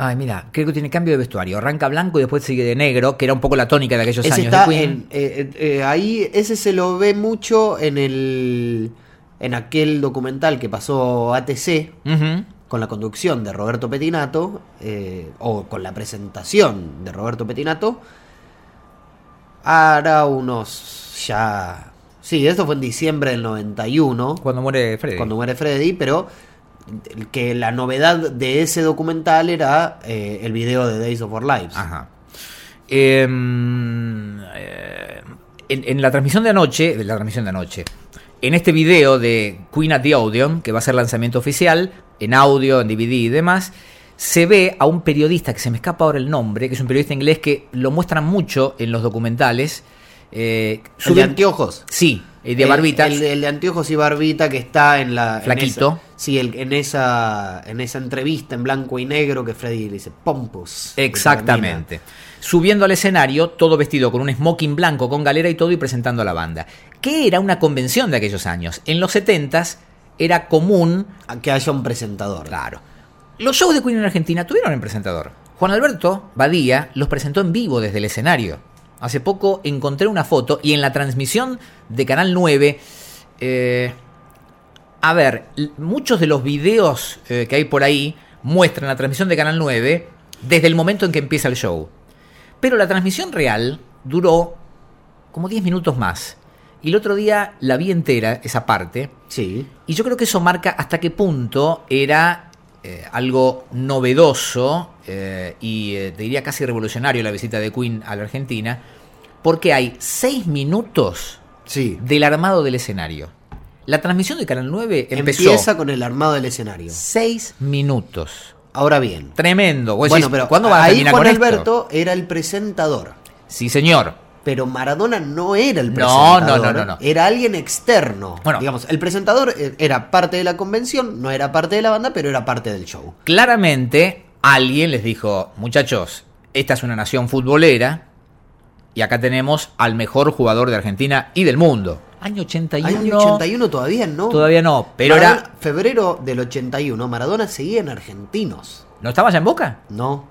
Speaker 2: Ay, mira, creo que tiene cambio de vestuario. Arranca blanco y después sigue de negro, que era un poco la tónica de aquellos
Speaker 3: Ese
Speaker 2: años.
Speaker 3: está
Speaker 2: de Queen.
Speaker 3: en- eh, eh, eh, ahí, ese se lo ve mucho en el. En aquel documental que pasó ATC
Speaker 2: Ujú.
Speaker 3: con la conducción de Roberto Petinato, eh, o con la presentación de Roberto Petinato, hará unos ya... Sí, esto fue en diciembre del 91,
Speaker 2: Cuando muere Freddy.
Speaker 3: cuando muere Freddy, pero que la novedad de ese documental era eh, el video de Days of Our Lives.
Speaker 2: Ajá. Eh, eh, en, en la transmisión de anoche, de la transmisión de anoche, en este video de Queen at the Odeon, que va a ser lanzamiento oficial, en audio, en DVD y demás, se ve a un periodista, que se me escapa ahora el nombre, que es un periodista inglés que lo muestran mucho en los documentales. eh,
Speaker 3: El de
Speaker 2: suben-
Speaker 3: anteojos.
Speaker 2: Sí, el de
Speaker 3: El-
Speaker 2: barbita.
Speaker 3: El, de- el de anteojos y barbita que está en la... en
Speaker 2: Flaquito.
Speaker 3: esa- sí, el- en, esa, en esa entrevista en blanco y negro que Freddy le dice, pompos. que termina.
Speaker 2: Exactamente. Subiendo al escenario, todo vestido con un smoking blanco, con galera y todo, y presentando a la banda. Que era una convención de aquellos años. En los 70s era común,
Speaker 3: a que haya un presentador.
Speaker 2: claro. Los shows de Queen en Argentina tuvieron un presentador. Juan Alberto Badía los presentó en vivo desde el escenario. Hace poco encontré una foto y en la transmisión de Canal 9. eh, a ver, l- muchos de los videos eh, que hay por ahí muestran la transmisión de Canal 9 desde el momento en que empieza el show. Pero la transmisión real duró como 10 minutos más. Y el otro día la vi entera, esa parte,
Speaker 3: Sí.
Speaker 2: y yo creo que eso marca hasta qué punto era eh, algo novedoso eh, y eh, te diría casi revolucionario la visita de Queen a la Argentina, porque hay seis minutos
Speaker 3: Sí.
Speaker 2: del armado del escenario. La transmisión de Canal 9 empezó
Speaker 3: Empieza con el armado del escenario.
Speaker 2: seis minutos.
Speaker 3: Ahora bien.
Speaker 2: Tremendo. Vos
Speaker 3: bueno,
Speaker 2: decís,
Speaker 3: pero
Speaker 2: ¿cuándo va a
Speaker 3: ahí
Speaker 2: terminar
Speaker 3: Juan
Speaker 2: con esto?
Speaker 3: Alberto era el presentador.
Speaker 2: Sí, señor.
Speaker 3: Pero Maradona no era el
Speaker 2: No,
Speaker 3: presentador. ¿eh?
Speaker 2: no, no, no, no.
Speaker 3: Era alguien externo.
Speaker 2: Bueno.
Speaker 3: Digamos, el presentador eh, era parte de la convención, no era parte de la banda, pero era parte del show.
Speaker 2: Claramente alguien les dijo, muchachos, esta es una nación futbolera y acá tenemos al mejor jugador de Argentina y del mundo. Año 81.
Speaker 3: Año 81 todavía no.
Speaker 2: Todavía no, pero
Speaker 3: Maradona-
Speaker 2: era...
Speaker 3: Febrero del 81, Maradona seguía en Argentinos.
Speaker 2: ¿No estaba ya en Boca?
Speaker 3: No.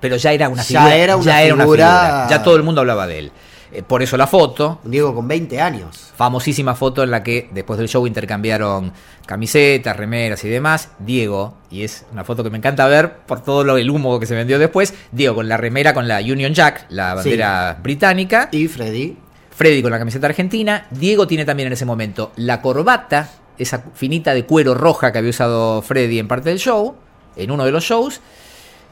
Speaker 2: Pero ya era una
Speaker 3: Ya
Speaker 2: figura.
Speaker 3: era una
Speaker 2: ya
Speaker 3: figura-
Speaker 2: figura, Ya todo el mundo hablaba de él. Eh, por eso la foto,
Speaker 3: Diego con 20 años.
Speaker 2: famosísima foto en la que después del show intercambiaron camisetas, remeras y demás. Diego, y es una foto que me encanta ver por todo lo, el humo que se vendió después, Diego con la remera con la Union Jack, la
Speaker 3: Sí.
Speaker 2: bandera británica,
Speaker 3: Y Freddy
Speaker 2: Freddy con la camiseta argentina, Diego tiene también en ese momento la corbata, esa finita de cuero roja que había usado Freddy en parte del show, en uno de los shows,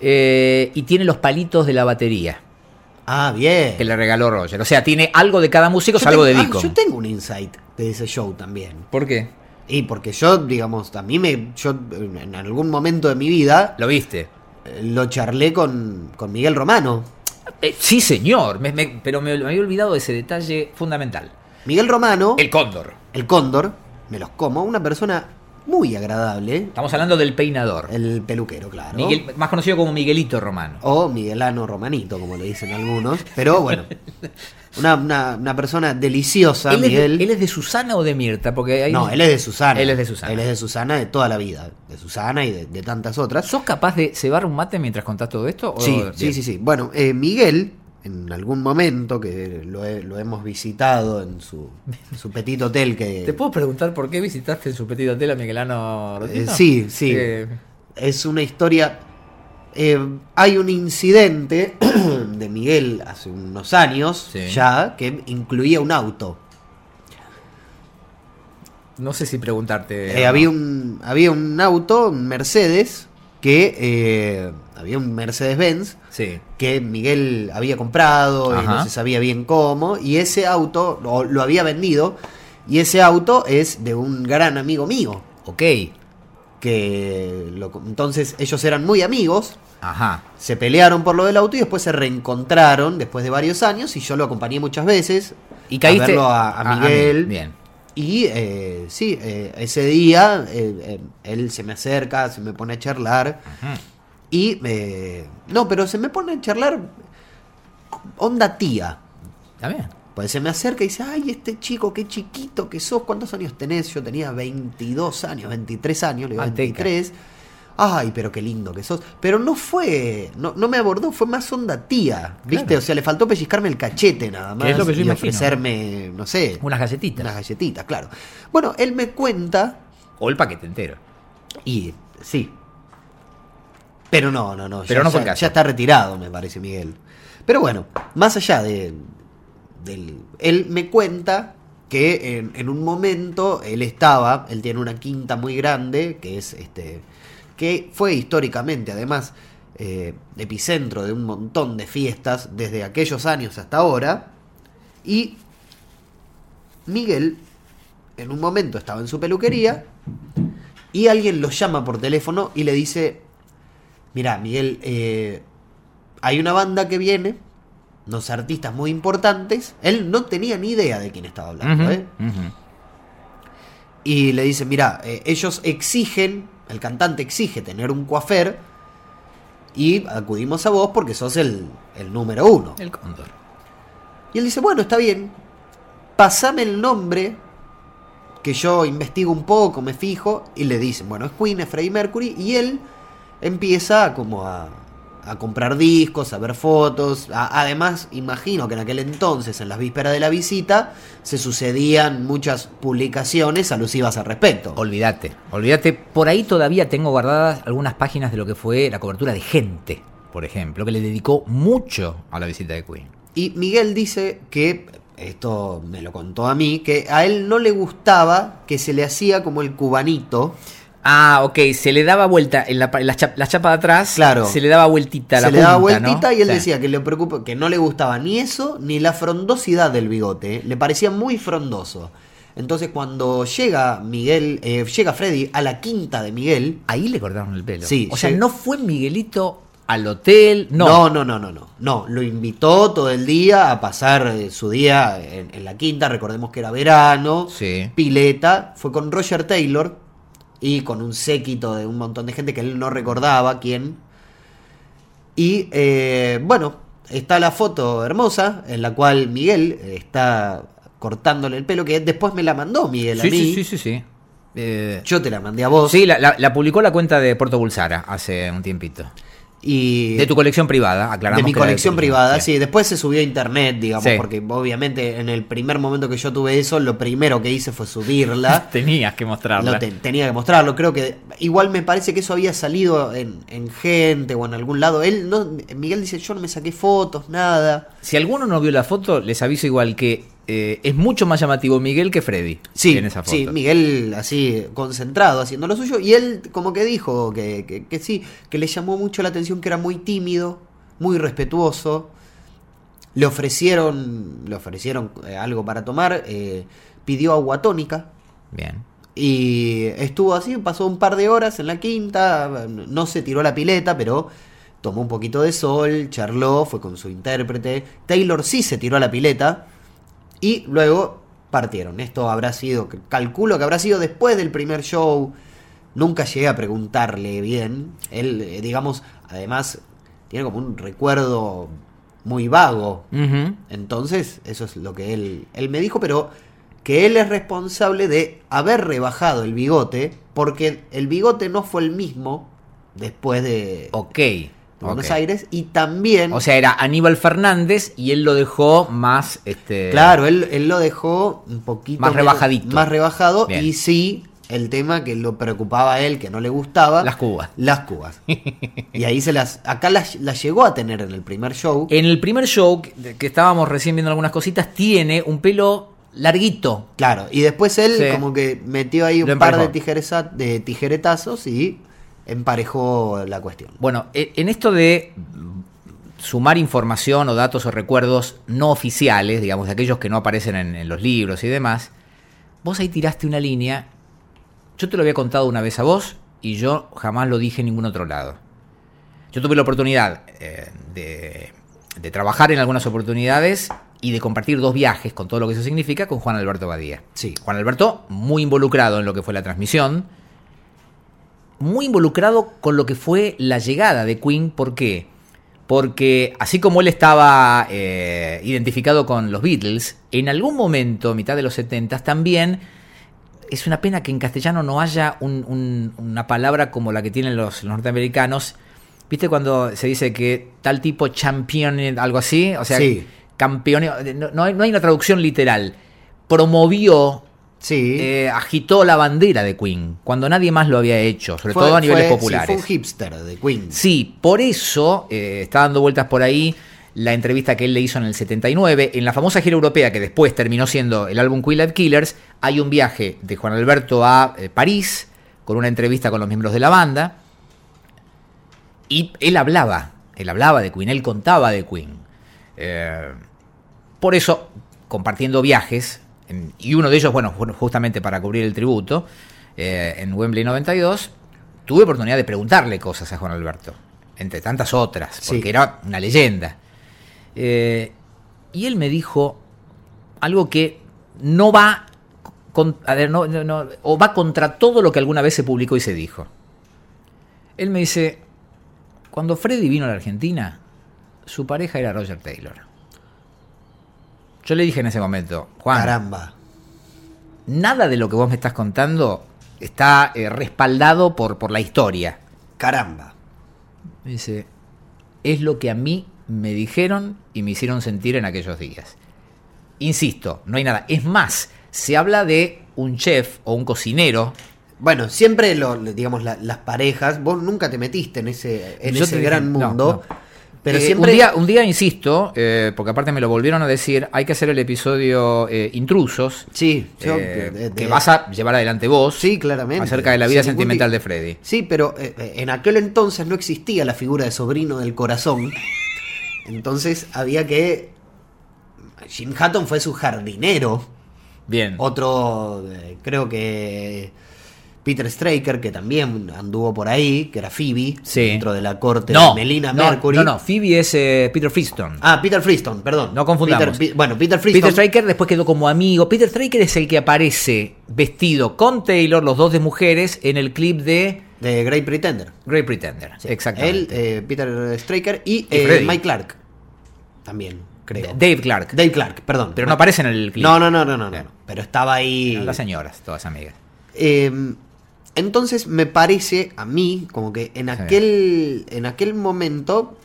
Speaker 2: eh, y tiene los palitos de la batería
Speaker 3: Ah, bien.
Speaker 2: que le regaló Roger. O sea, tiene algo de cada músico, salvo de
Speaker 3: tengo- ah,
Speaker 2: Deacon.
Speaker 3: yo tengo un insight de ese show también.
Speaker 2: ¿Por qué?
Speaker 3: Y porque yo, digamos, a mí me. Yo en algún momento de mi vida
Speaker 2: ¿Lo viste?
Speaker 3: eh, lo charlé con, con Miguel Romano.
Speaker 2: Eh, sí, señor, me- me- pero me, me había olvidado de ese detalle fundamental.
Speaker 3: Miguel Romano, el,
Speaker 2: El cóndor.
Speaker 3: cóndor, me los como, una persona muy agradable.
Speaker 2: Estamos hablando del peinador.
Speaker 3: El peluquero, claro.
Speaker 2: Miguel- más conocido como Miguelito Romano.
Speaker 3: Eh, O Miguelano Romanito, como le dicen algunos. Pero bueno, una, una- una persona deliciosa,
Speaker 2: ¿Él es, de,
Speaker 3: Miguel.
Speaker 2: él es de Susana o de Mirta? Porque ahí-
Speaker 3: No, él es de Susana.
Speaker 2: Él es de Susana.
Speaker 3: Él es de Susana de toda la vida. De Susana y de, de tantas otras.
Speaker 2: ¿Sos capaz de cebar un mate mientras contás todo esto? o-
Speaker 3: Sí,
Speaker 2: Bien.
Speaker 3: sí, sí, sí. Bueno, eh, Miguel, en algún momento que lo, he- lo hemos visitado en su, en su petit hotel que...
Speaker 2: ¿Te puedo preguntar por qué visitaste en su petit hotel a Miguelano Rodino?
Speaker 3: Eh, sí, sí.
Speaker 2: Eh,
Speaker 3: Es una historia... eh, hay un incidente de Miguel hace unos años
Speaker 2: Sí.
Speaker 3: ya que incluía un auto.
Speaker 2: no sé si preguntarte.
Speaker 3: Eh, había, un, había un auto, un Mercedes, que eh, había un Mercedes-Benz
Speaker 2: Sí.
Speaker 3: que Miguel había comprado y
Speaker 2: Ajá.
Speaker 3: no se sabía bien cómo, y ese auto o lo había vendido, y ese auto es de un gran amigo mío,
Speaker 2: Ok.
Speaker 3: que lo- entonces ellos eran muy amigos,
Speaker 2: Ajá.
Speaker 3: se pelearon por lo del auto y después se reencontraron después de varios años, y yo lo acompañé muchas veces
Speaker 2: Y caíste. Ah,
Speaker 3: a verlo a, a Miguel,
Speaker 2: bien.
Speaker 3: y eh, sí, eh, ese día eh, eh, él se me acerca, se me pone a charlar. Y eh, no, pero se me pone a charlar onda tía.
Speaker 2: Está bien.
Speaker 3: Pues se me acerca y dice, ay, este chico, qué chiquito que sos, ¿cuántos años tenés? Yo tenía 22 años, 23 años, le digo,
Speaker 2: Manteca.
Speaker 3: 23. Ay, pero qué lindo que sos. Pero no fue, no, no me abordó, fue más onda tía, ¿viste?
Speaker 2: Claro.
Speaker 3: O sea, le faltó pellizcarme el cachete nada más.
Speaker 2: Que es lo que yo
Speaker 3: y
Speaker 2: imagino.
Speaker 3: ofrecerme, no sé,
Speaker 2: Unas galletitas.
Speaker 3: unas galletitas, claro. Bueno, él me cuenta
Speaker 2: O el paquete entero.
Speaker 3: y sí. Pero no, no, no. ya-
Speaker 2: Pero no fue el
Speaker 3: ya,
Speaker 2: caso.
Speaker 3: ya está retirado, me parece, Miguel. Pero bueno, más allá de, del... Él me cuenta que en, en un momento él estaba, él tiene una quinta muy grande, que es este... que fue históricamente, además, eh, epicentro de un montón de fiestas desde aquellos años hasta ahora. Y Miguel, en un momento, estaba en su peluquería y alguien lo llama por teléfono y le dice, mira, Miguel, eh, hay una banda que viene, unos artistas muy importantes, él no tenía ni idea de quién estaba hablando,
Speaker 2: Ujú,
Speaker 3: ¿eh?
Speaker 2: ujú.
Speaker 3: Y le dice, mira, eh, ellos exigen, el cantante exige tener un coafer y acudimos a vos porque sos el, el número uno.
Speaker 2: El cóndor.
Speaker 3: Y él dice, bueno, está bien, pasame el nombre, que yo investigo un poco, me fijo, y le dicen, bueno, es Queen, es Freddie Mercury, y él empieza como a, a comprar discos, a ver fotos, a- además, imagino que en aquel entonces, en las vísperas de la visita, se sucedían muchas publicaciones alusivas al respecto.
Speaker 2: Olvídate, olvídate. Por ahí todavía tengo guardadas algunas páginas de lo que fue la cobertura de Gente, por ejemplo, que le dedicó mucho a la visita de Queen.
Speaker 3: Y Miguel dice que, esto me lo contó a mí, que a él no le gustaba que se le hacía como el cubanito.
Speaker 2: Ah, ok, se le daba vuelta en la, pa- en la chap- la chapa de atrás.
Speaker 3: Claro.
Speaker 2: Se le daba vueltita a la
Speaker 3: se le daba
Speaker 2: punta, ¿no?
Speaker 3: vueltita y él
Speaker 2: Sí.
Speaker 3: decía que le preocupa, que no le gustaba ni eso ni la frondosidad del bigote, ¿eh? le parecía muy frondoso. Entonces cuando llega Miguel, eh, llega Freddy a la quinta de Miguel,
Speaker 2: Ahí le cortaron el pelo.
Speaker 3: Sí,
Speaker 2: O sea,
Speaker 3: lleg-
Speaker 2: no fue Miguelito al hotel, no.
Speaker 3: no, no, no, no, no, no, lo invitó todo el día a pasar eh, su día en, en la quinta, recordemos que era verano,
Speaker 2: Sí.
Speaker 3: pileta, fue con Roger Taylor y con un séquito de un montón de gente que él no recordaba quién. Y eh, bueno, está la foto hermosa en la cual Miguel está cortándole el pelo, que después me la mandó Miguel a
Speaker 2: Sí,
Speaker 3: mí.
Speaker 2: sí, sí, sí, sí. Eh,
Speaker 3: Yo te la mandé a vos.
Speaker 2: sí, la, la- la publicó la cuenta de Puerto Bulsara hace un tiempito.
Speaker 3: Y
Speaker 2: De tu colección privada, aclaramos.
Speaker 3: de mi
Speaker 2: que era
Speaker 3: colección
Speaker 2: tu-
Speaker 3: privada, sí. Después se subió a internet, digamos,
Speaker 2: Sí.
Speaker 3: porque obviamente en el primer momento que yo tuve eso, lo primero que hice fue subirla.
Speaker 2: Tenías que mostrarla.
Speaker 3: Lo te- tenía que mostrarlo, creo que igual me parece que eso había salido en, en gente o en algún lado. Él no, Miguel dice, yo no me saqué fotos, nada.
Speaker 2: Si alguno no vio la foto, les aviso igual que eh, es mucho más llamativo Miguel que Freddy
Speaker 3: Sí,
Speaker 2: en esa foto.
Speaker 3: sí, Miguel así concentrado haciendo lo suyo y él como que dijo que, que- que sí, que le llamó mucho la atención que era muy tímido, muy respetuoso. Le ofrecieron, le ofrecieron eh, algo para tomar, eh, pidió agua tónica
Speaker 2: Bien.
Speaker 3: y estuvo así, pasó un par de horas en la quinta, no se tiró a la pileta, pero tomó un poquito de sol, charló, fue con su intérprete. Taylor sí se tiró a la pileta y luego partieron. Esto habrá sido, calculo que habrá sido después del primer show. Nunca llegué a preguntarle bien. Él, eh, digamos, además tiene como un recuerdo muy vago
Speaker 2: Ujú.
Speaker 3: entonces, eso es lo que él, él me dijo, pero que él es responsable de haber rebajado el bigote, porque el bigote no fue el mismo después de
Speaker 2: Ok.
Speaker 3: Buenos
Speaker 2: ok.
Speaker 3: Aires, y también,
Speaker 2: O sea, era Aníbal Fernández y él lo dejó más. Este,
Speaker 3: claro, él, él lo dejó un poquito
Speaker 2: Más
Speaker 3: menos-
Speaker 2: rebajadito.
Speaker 3: más rebajado,
Speaker 2: Bien.
Speaker 3: y sí, el tema que lo preocupaba a él, que no le gustaba,
Speaker 2: Las cubas.
Speaker 3: las cubas. y ahí se las, acá las, las llegó a tener en el primer show,
Speaker 2: En el primer show, que que estábamos recién viendo algunas cositas, tiene un pelo larguito.
Speaker 3: Claro, y después él
Speaker 2: Sí.
Speaker 3: como que metió ahí
Speaker 2: Lo
Speaker 3: un par de,
Speaker 2: emparejó.
Speaker 3: tijereza- de tijeretazos y emparejó la cuestión.
Speaker 2: Bueno, e- en esto de mm, sumar información o datos o recuerdos no oficiales, digamos, de aquellos que no aparecen en, en los libros y demás, vos ahí tiraste una línea. Yo te lo había contado una vez a vos y yo jamás lo dije en ningún otro lado. Yo tuve la oportunidad eh, de, de trabajar en algunas oportunidades y de compartir dos viajes con todo lo que eso significa con Juan Alberto Badía.
Speaker 3: Sí.
Speaker 2: Juan Alberto, muy involucrado en lo que fue la transmisión, muy involucrado con lo que fue la llegada de Queen. ¿Por qué? Porque así como él estaba eh, identificado con los Beatles, en algún momento, mitad de los 70, también es una pena que en castellano no haya un- un- una palabra como la que tienen los, los norteamericanos. ¿Viste cuando se dice que tal tipo champion, algo así? O sea,
Speaker 3: Sí.
Speaker 2: campeoneo. No, no hay, no hay una traducción literal. Promovió,
Speaker 3: Sí.
Speaker 2: eh, agitó la bandera de Queen cuando nadie más lo había hecho, sobre
Speaker 3: Fue-
Speaker 2: todo a niveles
Speaker 3: fue- sí,
Speaker 2: populares.
Speaker 3: fue un hipster de Queen.
Speaker 2: Sí, por eso eh, está dando vueltas por ahí la entrevista que él le hizo en el 79. En la famosa gira europea, que después terminó siendo el álbum Queen Live Killers, hay un viaje de Juan Alberto a eh, París con una entrevista con los miembros de la banda. Y él hablaba, él hablaba de Queen, él contaba de Queen. Eh, por eso, compartiendo viajes, en- y uno de ellos, bueno, ju- justamente para cubrir el tributo, eh, en Wembley 92, tuve oportunidad de preguntarle cosas a Juan Alberto, entre tantas otras,
Speaker 3: Sí.
Speaker 2: porque era una leyenda. Eh, y él me dijo algo que no va, con- a ver, no- no- no- o va contra todo lo que alguna vez se publicó y se dijo. Él me dice, cuando Freddy vino a la Argentina, su pareja era Roger Taylor. Yo le dije en ese momento, Juan,
Speaker 3: Caramba.
Speaker 2: nada de lo que vos me estás contando está eh, respaldado por, por la historia.
Speaker 3: Caramba.
Speaker 2: Me dice, es lo que a mí me dijeron y me hicieron sentir en aquellos días. Insisto, no hay nada. Es más, se habla de un chef o un cocinero.
Speaker 3: Bueno, siempre lo, digamos la- las parejas, vos nunca te metiste en ese, en
Speaker 2: Yo
Speaker 3: ese
Speaker 2: te dije,
Speaker 3: gran
Speaker 2: no,
Speaker 3: mundo.
Speaker 2: no.
Speaker 3: Pero
Speaker 2: Eh,
Speaker 3: siempre.
Speaker 2: un, día, un día, insisto, eh, porque aparte me lo volvieron a decir, hay que hacer el episodio eh, Intrusos,
Speaker 3: sí, yo-
Speaker 2: eh,
Speaker 3: de- de-
Speaker 2: que vas a llevar adelante vos,
Speaker 3: Sí, claramente.
Speaker 2: acerca de la vida
Speaker 3: Sin ningún
Speaker 2: sentimental
Speaker 3: ti-
Speaker 2: de Freddy.
Speaker 3: Sí, pero eh, eh, en aquel entonces no existía la figura de sobrino del corazón. Entonces había que. Jim Hatton fue su jardinero.
Speaker 2: Bien.
Speaker 3: Otro, eh, creo que. Peter Straker, que también anduvo por ahí, que era Phoebe,
Speaker 2: Sí.
Speaker 3: dentro de la corte
Speaker 2: no,
Speaker 3: de Melina
Speaker 2: no,
Speaker 3: Mercury.
Speaker 2: No, no, Phoebe es eh, Peter Freestone.
Speaker 3: Ah, Peter Freeston, perdón.
Speaker 2: No confundamos.
Speaker 3: Peter- Pe- bueno, Peter
Speaker 2: Peter
Speaker 3: Freeston.
Speaker 2: Straker después quedó como amigo. Peter Straker es el que aparece vestido con Taylor, los dos de mujeres, en el clip de
Speaker 3: de Great Pretender.
Speaker 2: Great Pretender.
Speaker 3: Sí. Él,
Speaker 2: Exactamente.
Speaker 3: eh, Peter Straker y,
Speaker 2: Y
Speaker 3: eh,
Speaker 2: Freddy.
Speaker 3: Mike Clark. También, creo.
Speaker 2: Dave Clark.
Speaker 3: Dave Clark, perdón.
Speaker 2: pero no aparece en el clip.
Speaker 3: No, no, no, no, no, no.
Speaker 2: Claro.
Speaker 3: Pero estaba ahí.
Speaker 2: Las señoras, todas amigas.
Speaker 3: Eh, entonces me parece a mí como que en aquel, en aquel momento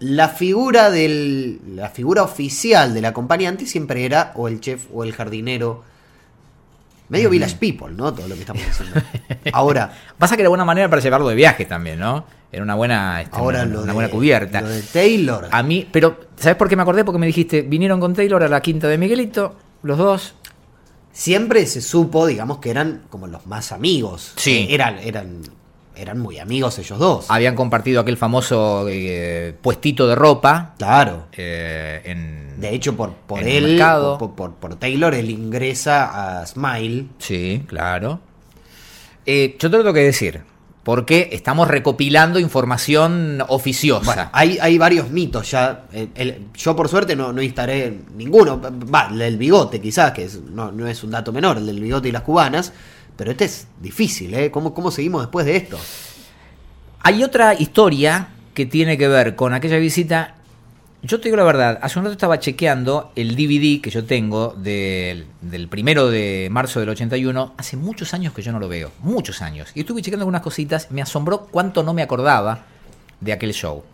Speaker 3: la figura del, la figura oficial del acompañante siempre era o el chef o el jardinero Medio Village People, ¿no? Todo lo que estamos diciendo. Ahora,
Speaker 2: Pasa que era buena manera para llevarlo de viaje también, ¿no? Era una buena, este,
Speaker 3: ahora
Speaker 2: una,
Speaker 3: lo
Speaker 2: una
Speaker 3: de-
Speaker 2: buena cubierta. Ah.
Speaker 3: Lo de Taylor.
Speaker 2: A mí, pero ¿sabes por qué me acordé? Porque me dijiste, vinieron con Taylor a la quinta de Miguelito, los dos.
Speaker 3: Siempre se supo, digamos, que eran como los más amigos.
Speaker 2: Sí. Ah.
Speaker 3: Eh, Eran, eran, eran muy amigos ellos dos.
Speaker 2: Habían compartido aquel famoso eh, puestito de ropa
Speaker 3: Claro.
Speaker 2: eh, en...
Speaker 3: De hecho, por, por
Speaker 2: En el
Speaker 3: él,
Speaker 2: mercado.
Speaker 3: por, por- por Taylor, él ingresa a Smile.
Speaker 2: Sí, claro. Eh, yo te lo tengo que decir, porque estamos recopilando información oficiosa.
Speaker 3: Bueno, hay, hay varios mitos ya. El- el- yo, por suerte, no, no instaré ninguno. Va, el del bigote, quizás, que es- no, no es un dato menor, el del bigote y las cubanas. Pero este es difícil, ¿eh? ¿Cómo, cómo seguimos después de esto?
Speaker 2: Hay otra historia que tiene que ver con aquella visita. Yo te digo la verdad, hace un rato estaba chequeando el DVD que yo tengo del, del primero de marzo del 81. Hace muchos años que yo no lo veo, muchos años. Y estuve chequeando algunas cositas, me asombró cuánto no me acordaba de aquel show.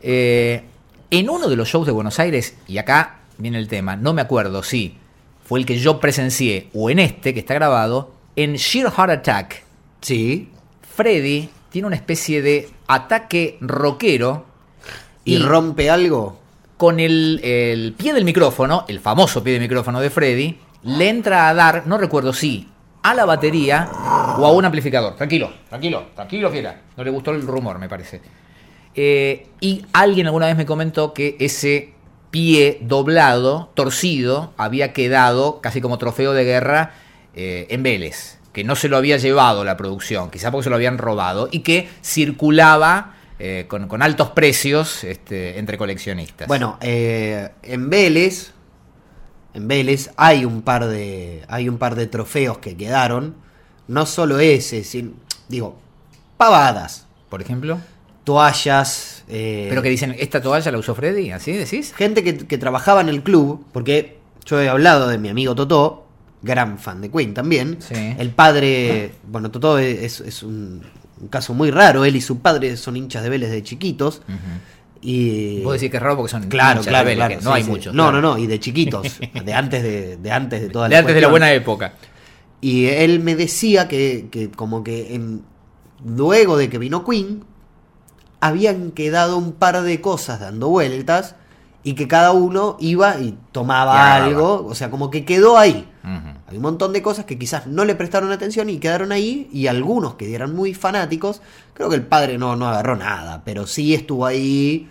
Speaker 2: Eh, en uno de los shows de Buenos Aires, y acá viene el tema, no me acuerdo si fue el que yo presencié o en este que está grabado, en Sheer Heart Attack.
Speaker 3: Sí.
Speaker 2: Freddy tiene una especie de ataque rockero
Speaker 3: ¿Y,
Speaker 2: Y-
Speaker 3: rompe algo?
Speaker 2: con el, el pie del micrófono, el famoso pie de micrófono de Freddy, le entra a dar, no recuerdo si, a la batería o a un amplificador. Tranquilo, tranquilo, tranquilo, fiera. No le gustó el rumor, me parece. Eh, y alguien alguna vez me comentó que ese pie doblado, torcido, había quedado casi como trofeo de guerra eh, en Vélez, que no se lo había llevado la producción, quizá porque se lo habían robado, y que circulaba eh, con, con altos precios este, entre coleccionistas.
Speaker 3: Bueno, eh, en Vélez. En Vélez hay un par de. hay un par de trofeos que quedaron. No solo ese, sin, digo, pavadas,
Speaker 2: por ejemplo.
Speaker 3: toallas. eh,
Speaker 2: Pero que dicen, ¿esta toalla la usó Freddy? ¿Así decís?
Speaker 3: gente que, que trabajaba en el club, porque yo he hablado de mi amigo Totó, gran fan de Queen también.
Speaker 2: Sí.
Speaker 3: El padre, bueno, Totó es, es un, un caso muy raro, él y su padre son hinchas de Vélez de chiquitos. Y...
Speaker 2: Vos decís que es raro porque son
Speaker 3: Eh. Claro,
Speaker 2: hinchas de
Speaker 3: claro,
Speaker 2: Vélez,
Speaker 3: claro,
Speaker 2: que no
Speaker 3: sí,
Speaker 2: hay
Speaker 3: sí.
Speaker 2: muchos.
Speaker 3: No,
Speaker 2: claro.
Speaker 3: no, no, y de chiquitos, de antes de, de antes de toda
Speaker 2: De antes de la
Speaker 3: cuestión.
Speaker 2: buena época.
Speaker 3: Y él me decía que, que como que en- luego de que vino Queen, habían quedado un par de cosas dando vueltas y que cada uno iba y tomaba
Speaker 2: Y agarraba.
Speaker 3: algo, o sea, como que quedó ahí.
Speaker 2: Ujú.
Speaker 3: Hay un montón de cosas que quizás no le prestaron atención y quedaron ahí y algunos que eran muy fanáticos, creo que el padre no, no agarró nada, pero sí estuvo ahí,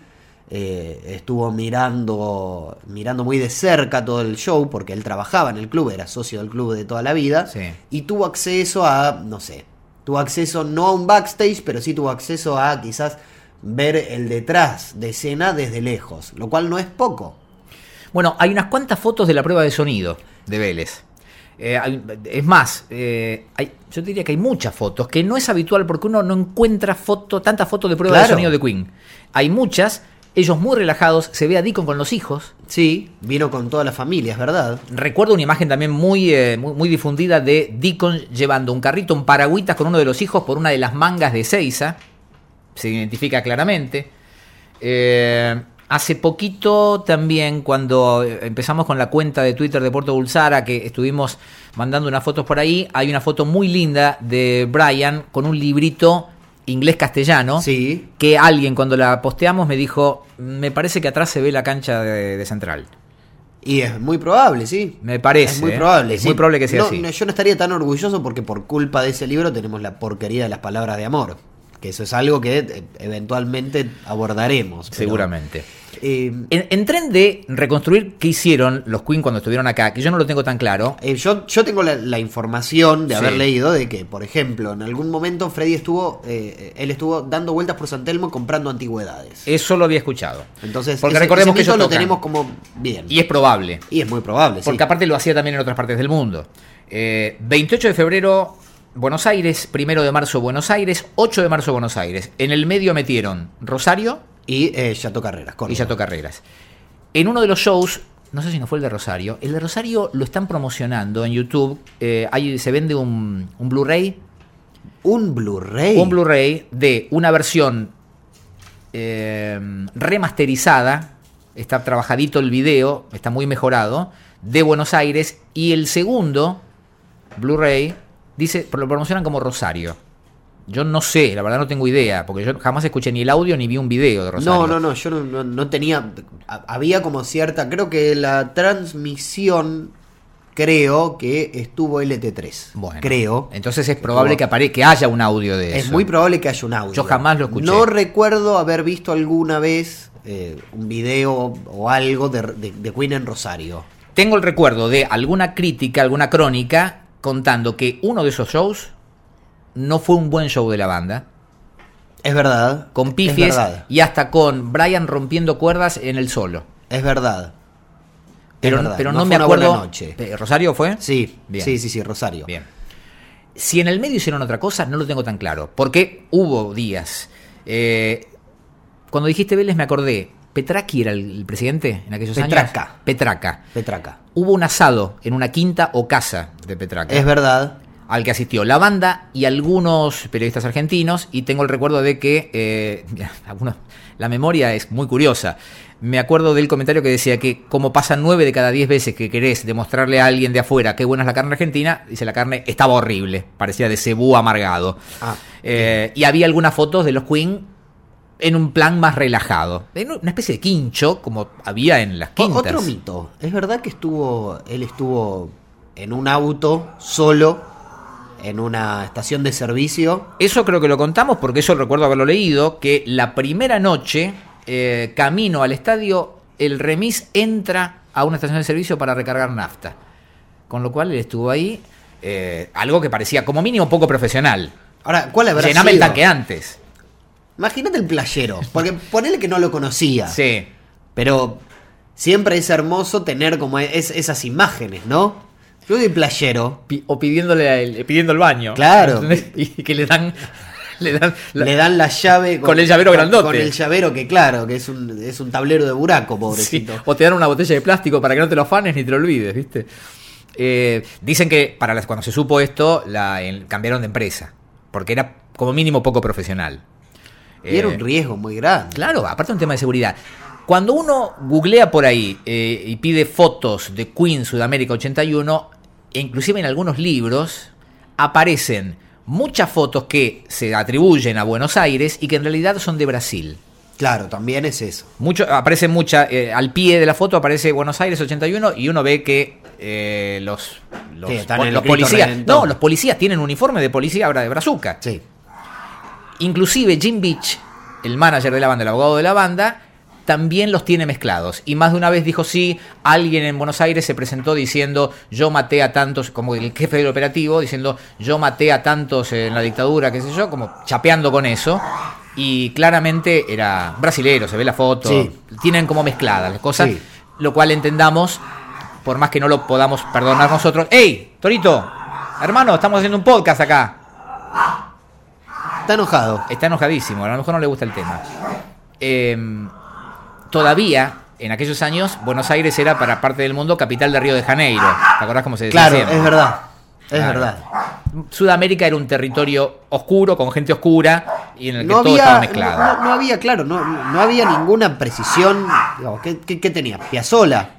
Speaker 3: eh, estuvo mirando, mirando muy de cerca todo el show porque él trabajaba en el club, era socio del club de toda la vida
Speaker 2: Sí.
Speaker 3: y tuvo acceso a, no sé, tuvo acceso no a un backstage, pero sí tuvo acceso a quizás ver el detrás de escena desde lejos, lo cual no es poco.
Speaker 2: Bueno, hay unas cuantas fotos de la prueba de sonido de Vélez. Eh, hay- es más, eh, hay- yo diría que hay muchas fotos, que no es habitual porque uno no encuentra foto, tantas fotos de prueba de
Speaker 3: Claro.
Speaker 2: sonido de Queen. Hay muchas, ellos muy relajados, se ve a Deacon con los hijos.
Speaker 3: Sí, vino con toda la familia, es verdad.
Speaker 2: Recuerdo una imagen también muy, eh, muy, muy difundida de Deacon llevando un carrito, un paragüitas con uno de los hijos por una de las mangas de Seiza. Se identifica claramente. Eh, hace poquito también, cuando empezamos con la cuenta de Twitter de Puerto Bulsara, que estuvimos mandando unas fotos por ahí, hay una foto muy linda de Brian con un librito inglés-castellano
Speaker 3: Sí.
Speaker 2: que alguien cuando la posteamos me dijo, me parece que atrás se ve la cancha de- de Central.
Speaker 3: Y es muy probable, sí.
Speaker 2: Me parece,
Speaker 3: Es muy
Speaker 2: ¿eh?
Speaker 3: probable.
Speaker 2: Es
Speaker 3: sí.
Speaker 2: muy probable que sea
Speaker 3: No,
Speaker 2: así.
Speaker 3: no, yo no estaría tan orgulloso porque por culpa de ese libro tenemos la porquería de las palabras de amor. Que eso es algo que eh, eventualmente abordaremos. pero,
Speaker 2: Seguramente.
Speaker 3: eh,
Speaker 2: En, en tren de reconstruir qué hicieron los Queen cuando estuvieron acá, que yo no lo tengo tan claro.
Speaker 3: Eh, yo, yo tengo la, la información de haber
Speaker 2: Sí.
Speaker 3: leído de que, por ejemplo, en algún momento Freddy estuvo, eh, él estuvo dando vueltas por San Telmo comprando antigüedades.
Speaker 2: Eso lo había escuchado.
Speaker 3: Entonces,
Speaker 2: Eh, porque
Speaker 3: ese-
Speaker 2: recordemos que
Speaker 3: ese mito
Speaker 2: ellos
Speaker 3: lo
Speaker 2: tocan.
Speaker 3: tenemos como bien.
Speaker 2: Y es probable.
Speaker 3: Y es muy probable, sí.
Speaker 2: Porque aparte lo hacía también en otras partes del mundo. Eh, 28 de febrero, Buenos Aires. 1 de marzo, Buenos Aires. 8 de marzo, Buenos Aires. En el medio metieron Rosario
Speaker 3: Y eh, Chateau Carreras,
Speaker 2: y
Speaker 3: Córdoba.
Speaker 2: Yato Carreras. En uno de los shows, no sé si no fue el de Rosario, el de Rosario lo están promocionando en YouTube. Eh, ahí se vende un, un Blu-ray
Speaker 3: Un Blu-ray.
Speaker 2: un Blu-ray de una versión eh, remasterizada, está trabajadito el video, está muy mejorado, de Buenos Aires, y el segundo Blu-ray, dice, lo promocionan como Rosario. Yo no sé, la verdad no tengo idea, porque yo jamás escuché ni el audio ni vi un video de Rosario.
Speaker 3: No, no, no, yo no, no- no tenía. ha- Había como cierta. Creo que la transmisión. Creo que estuvo LT3.
Speaker 2: Bueno,
Speaker 3: creo.
Speaker 2: Entonces es probable que, apare que haya un audio de eso.
Speaker 3: Es muy probable que haya un audio.
Speaker 2: Yo jamás lo escuché.
Speaker 3: No recuerdo haber visto alguna vez eh, un video o algo de, de- de Queen en Rosario.
Speaker 2: Tengo el recuerdo de alguna crítica, alguna crónica, contando que uno de esos shows no fue un buen show de la banda.
Speaker 3: Es verdad.
Speaker 2: Con
Speaker 3: Es
Speaker 2: pifies
Speaker 3: verdad.
Speaker 2: y hasta con Brian rompiendo cuerdas en el solo.
Speaker 3: Es verdad. Es
Speaker 2: Pero,
Speaker 3: verdad,
Speaker 2: pero
Speaker 3: no
Speaker 2: no,
Speaker 3: fue
Speaker 2: me
Speaker 3: una
Speaker 2: acuerdo.
Speaker 3: buena noche.
Speaker 2: Pe- ¿Rosario fue?
Speaker 3: Sí,
Speaker 2: Bien.
Speaker 3: sí, sí, sí, Rosario.
Speaker 2: Bien. Si en el medio hicieron otra cosa, no lo tengo tan claro. Porque hubo días. Eh, cuando dijiste Vélez, me acordé. ¿Petraki era el, el presidente en aquellos años?
Speaker 3: Petraca.
Speaker 2: Petraca.
Speaker 3: Petraca.
Speaker 2: Hubo un asado en una quinta o casa de Petraca.
Speaker 3: Es verdad.
Speaker 2: al que asistió la banda y algunos periodistas argentinos, y tengo el recuerdo de que, eh, mira, algunos- la memoria es muy curiosa, me acuerdo del comentario que decía que como pasan nueve de cada diez veces que querés demostrarle a alguien de afuera qué buena es la carne argentina, dice la carne estaba horrible, parecía de cebú amargado.
Speaker 3: Ah,
Speaker 2: Eh, y había algunas fotos de los Queen en un plan más relajado, en una especie de quincho como había en las
Speaker 3: O-
Speaker 2: quintas.
Speaker 3: Otro mito. Es verdad que estuvo. Él estuvo en un auto, solo, en una estación de servicio.
Speaker 2: Eso creo que lo contamos porque eso recuerdo haberlo leído, que la primera noche, eh, camino al estadio, el remis entra a una estación de servicio para recargar nafta. Con lo cual él estuvo ahí, eh, algo que parecía como mínimo poco profesional.
Speaker 3: Ahora, ¿cuál habrá
Speaker 2: Llename el
Speaker 3: sido?
Speaker 2: tanque ¿eh? antes.
Speaker 3: Imagínate el playero. Porque ponele que no lo conocía.
Speaker 2: Sí.
Speaker 3: Pero siempre es hermoso tener como e-, es- esas imágenes, ¿no? Yo de playero.
Speaker 2: Pi- o pidiéndole el, pidiendo el baño.
Speaker 3: Claro.
Speaker 2: ¿Entendés? Y que le dan... Le dan la-
Speaker 3: le dan la llave
Speaker 2: Con el llavero grandote.
Speaker 3: Con el llavero que, claro, que es un, es un tablero de buraco,
Speaker 2: Sí,
Speaker 3: pobrecito.
Speaker 2: o te dan una botella de plástico para que no te lo afanes ni te lo olvides, ¿viste? Eh, dicen que para las, cuando se supo esto, la, en- cambiaron de empresa. Porque era como mínimo poco profesional.
Speaker 3: Y era
Speaker 2: Eh,
Speaker 3: un riesgo muy grande.
Speaker 2: Claro, aparte un tema de seguridad. Cuando uno googlea por ahí eh, y pide fotos de Queen Sudamérica 81, e inclusive en algunos libros aparecen muchas fotos que se atribuyen a Buenos Aires y que en realidad son de Brasil.
Speaker 3: Claro, también es eso.
Speaker 2: Mucho, aparece mucha, eh, al pie de la foto aparece Buenos Aires 81 y uno ve que eh, los, los,
Speaker 3: Sí, están
Speaker 2: po-
Speaker 3: en el
Speaker 2: los
Speaker 3: Cristo
Speaker 2: policías,
Speaker 3: Redentor.
Speaker 2: no, los policías tienen uniforme de policía ahora de Brazuca.
Speaker 3: Sí.
Speaker 2: Inclusive Jim Beach, el manager de la banda, el abogado de la banda, también los tiene mezclados. Y más de una vez dijo, sí, alguien en Buenos Aires se presentó diciendo, yo maté a tantos, como el jefe del operativo, diciendo, yo maté a tantos en la dictadura, qué sé yo, como chapeando con eso. Y claramente era brasilero, se ve la foto.
Speaker 3: Sí.
Speaker 2: Tienen como mezcladas las cosas,
Speaker 3: Sí.
Speaker 2: lo cual entendamos, por más que no lo podamos perdonar nosotros. ¡Ey, Torito! Hermano, estamos haciendo un podcast acá.
Speaker 3: Está enojado.
Speaker 2: Está enojadísimo, a lo mejor no le gusta el tema. Em, todavía, en aquellos años, Buenos Aires era para parte del mundo capital de Río de Janeiro. ¿Te acordás cómo se decía?
Speaker 3: Claro,
Speaker 2: siempre?
Speaker 3: es verdad. Es
Speaker 2: Claro.
Speaker 3: verdad.
Speaker 2: Sudamérica era un territorio oscuro, con gente oscura, y en el que
Speaker 3: No
Speaker 2: todo estaba
Speaker 3: había,
Speaker 2: mezclado.
Speaker 3: no, no había, claro, no, no había ninguna precisión. Digamos, ¿qué, qué, qué tenía? Piazzola.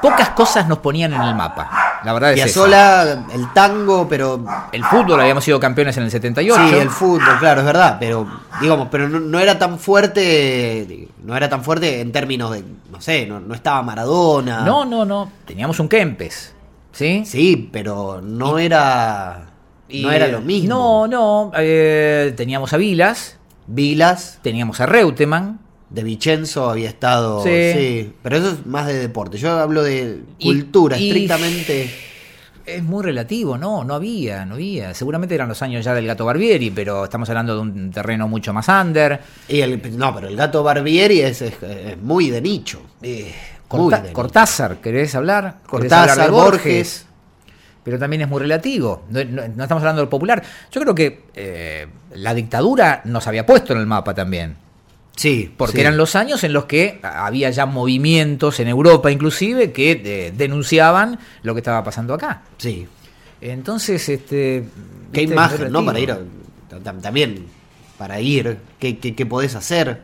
Speaker 2: Pocas cosas nos ponían en el mapa. La verdad es esa.
Speaker 3: Piazzola, el tango, pero.
Speaker 2: El fútbol, habíamos sido campeones en el 78.
Speaker 3: Sí, el fútbol, claro, es verdad. Pero, digamos, pero no, no era tan fuerte. No era tan fuerte en términos de. No sé, no, no estaba Maradona.
Speaker 2: No, no, no. Teníamos un Kempes. ¿Sí?
Speaker 3: Sí, pero no era.
Speaker 2: Y-
Speaker 3: no era lo mismo.
Speaker 2: No, no. eh, teníamos a Vilas,
Speaker 3: Vilas,
Speaker 2: teníamos a Reutemann.
Speaker 3: de Vicenzo había estado. Sí.
Speaker 2: Sí.
Speaker 3: Pero eso es más de deporte. Yo hablo de
Speaker 2: Y-
Speaker 3: cultura,
Speaker 2: y-
Speaker 3: estrictamente.
Speaker 2: Es muy relativo, no, no había, no había. Seguramente eran los años ya del gato Barbieri, pero estamos hablando de un terreno mucho más under.
Speaker 3: Y el, no, pero el gato Barbieri es, es- es muy de nicho.
Speaker 2: Corta-
Speaker 3: Muy de
Speaker 2: Cortázar, ¿querés hablar? ¿Querés hablar
Speaker 3: Eh, Cortázar,
Speaker 2: de
Speaker 3: Borges.
Speaker 2: Pero también es muy relativo. No, no- no estamos hablando del popular. Yo creo que eh, la dictadura nos había puesto en el mapa también.
Speaker 3: Sí,
Speaker 2: Porque
Speaker 3: sí.
Speaker 2: eran los años en los que había ya movimientos en Europa inclusive que eh, denunciaban lo que estaba pasando acá.
Speaker 3: Sí.
Speaker 2: Entonces, este... viste,
Speaker 3: Qué
Speaker 2: es muy
Speaker 3: imagen, ¿no?
Speaker 2: relativo.
Speaker 3: Para ir. a- tam- también. Para ir. ¿Qué, qué, qué podés hacer?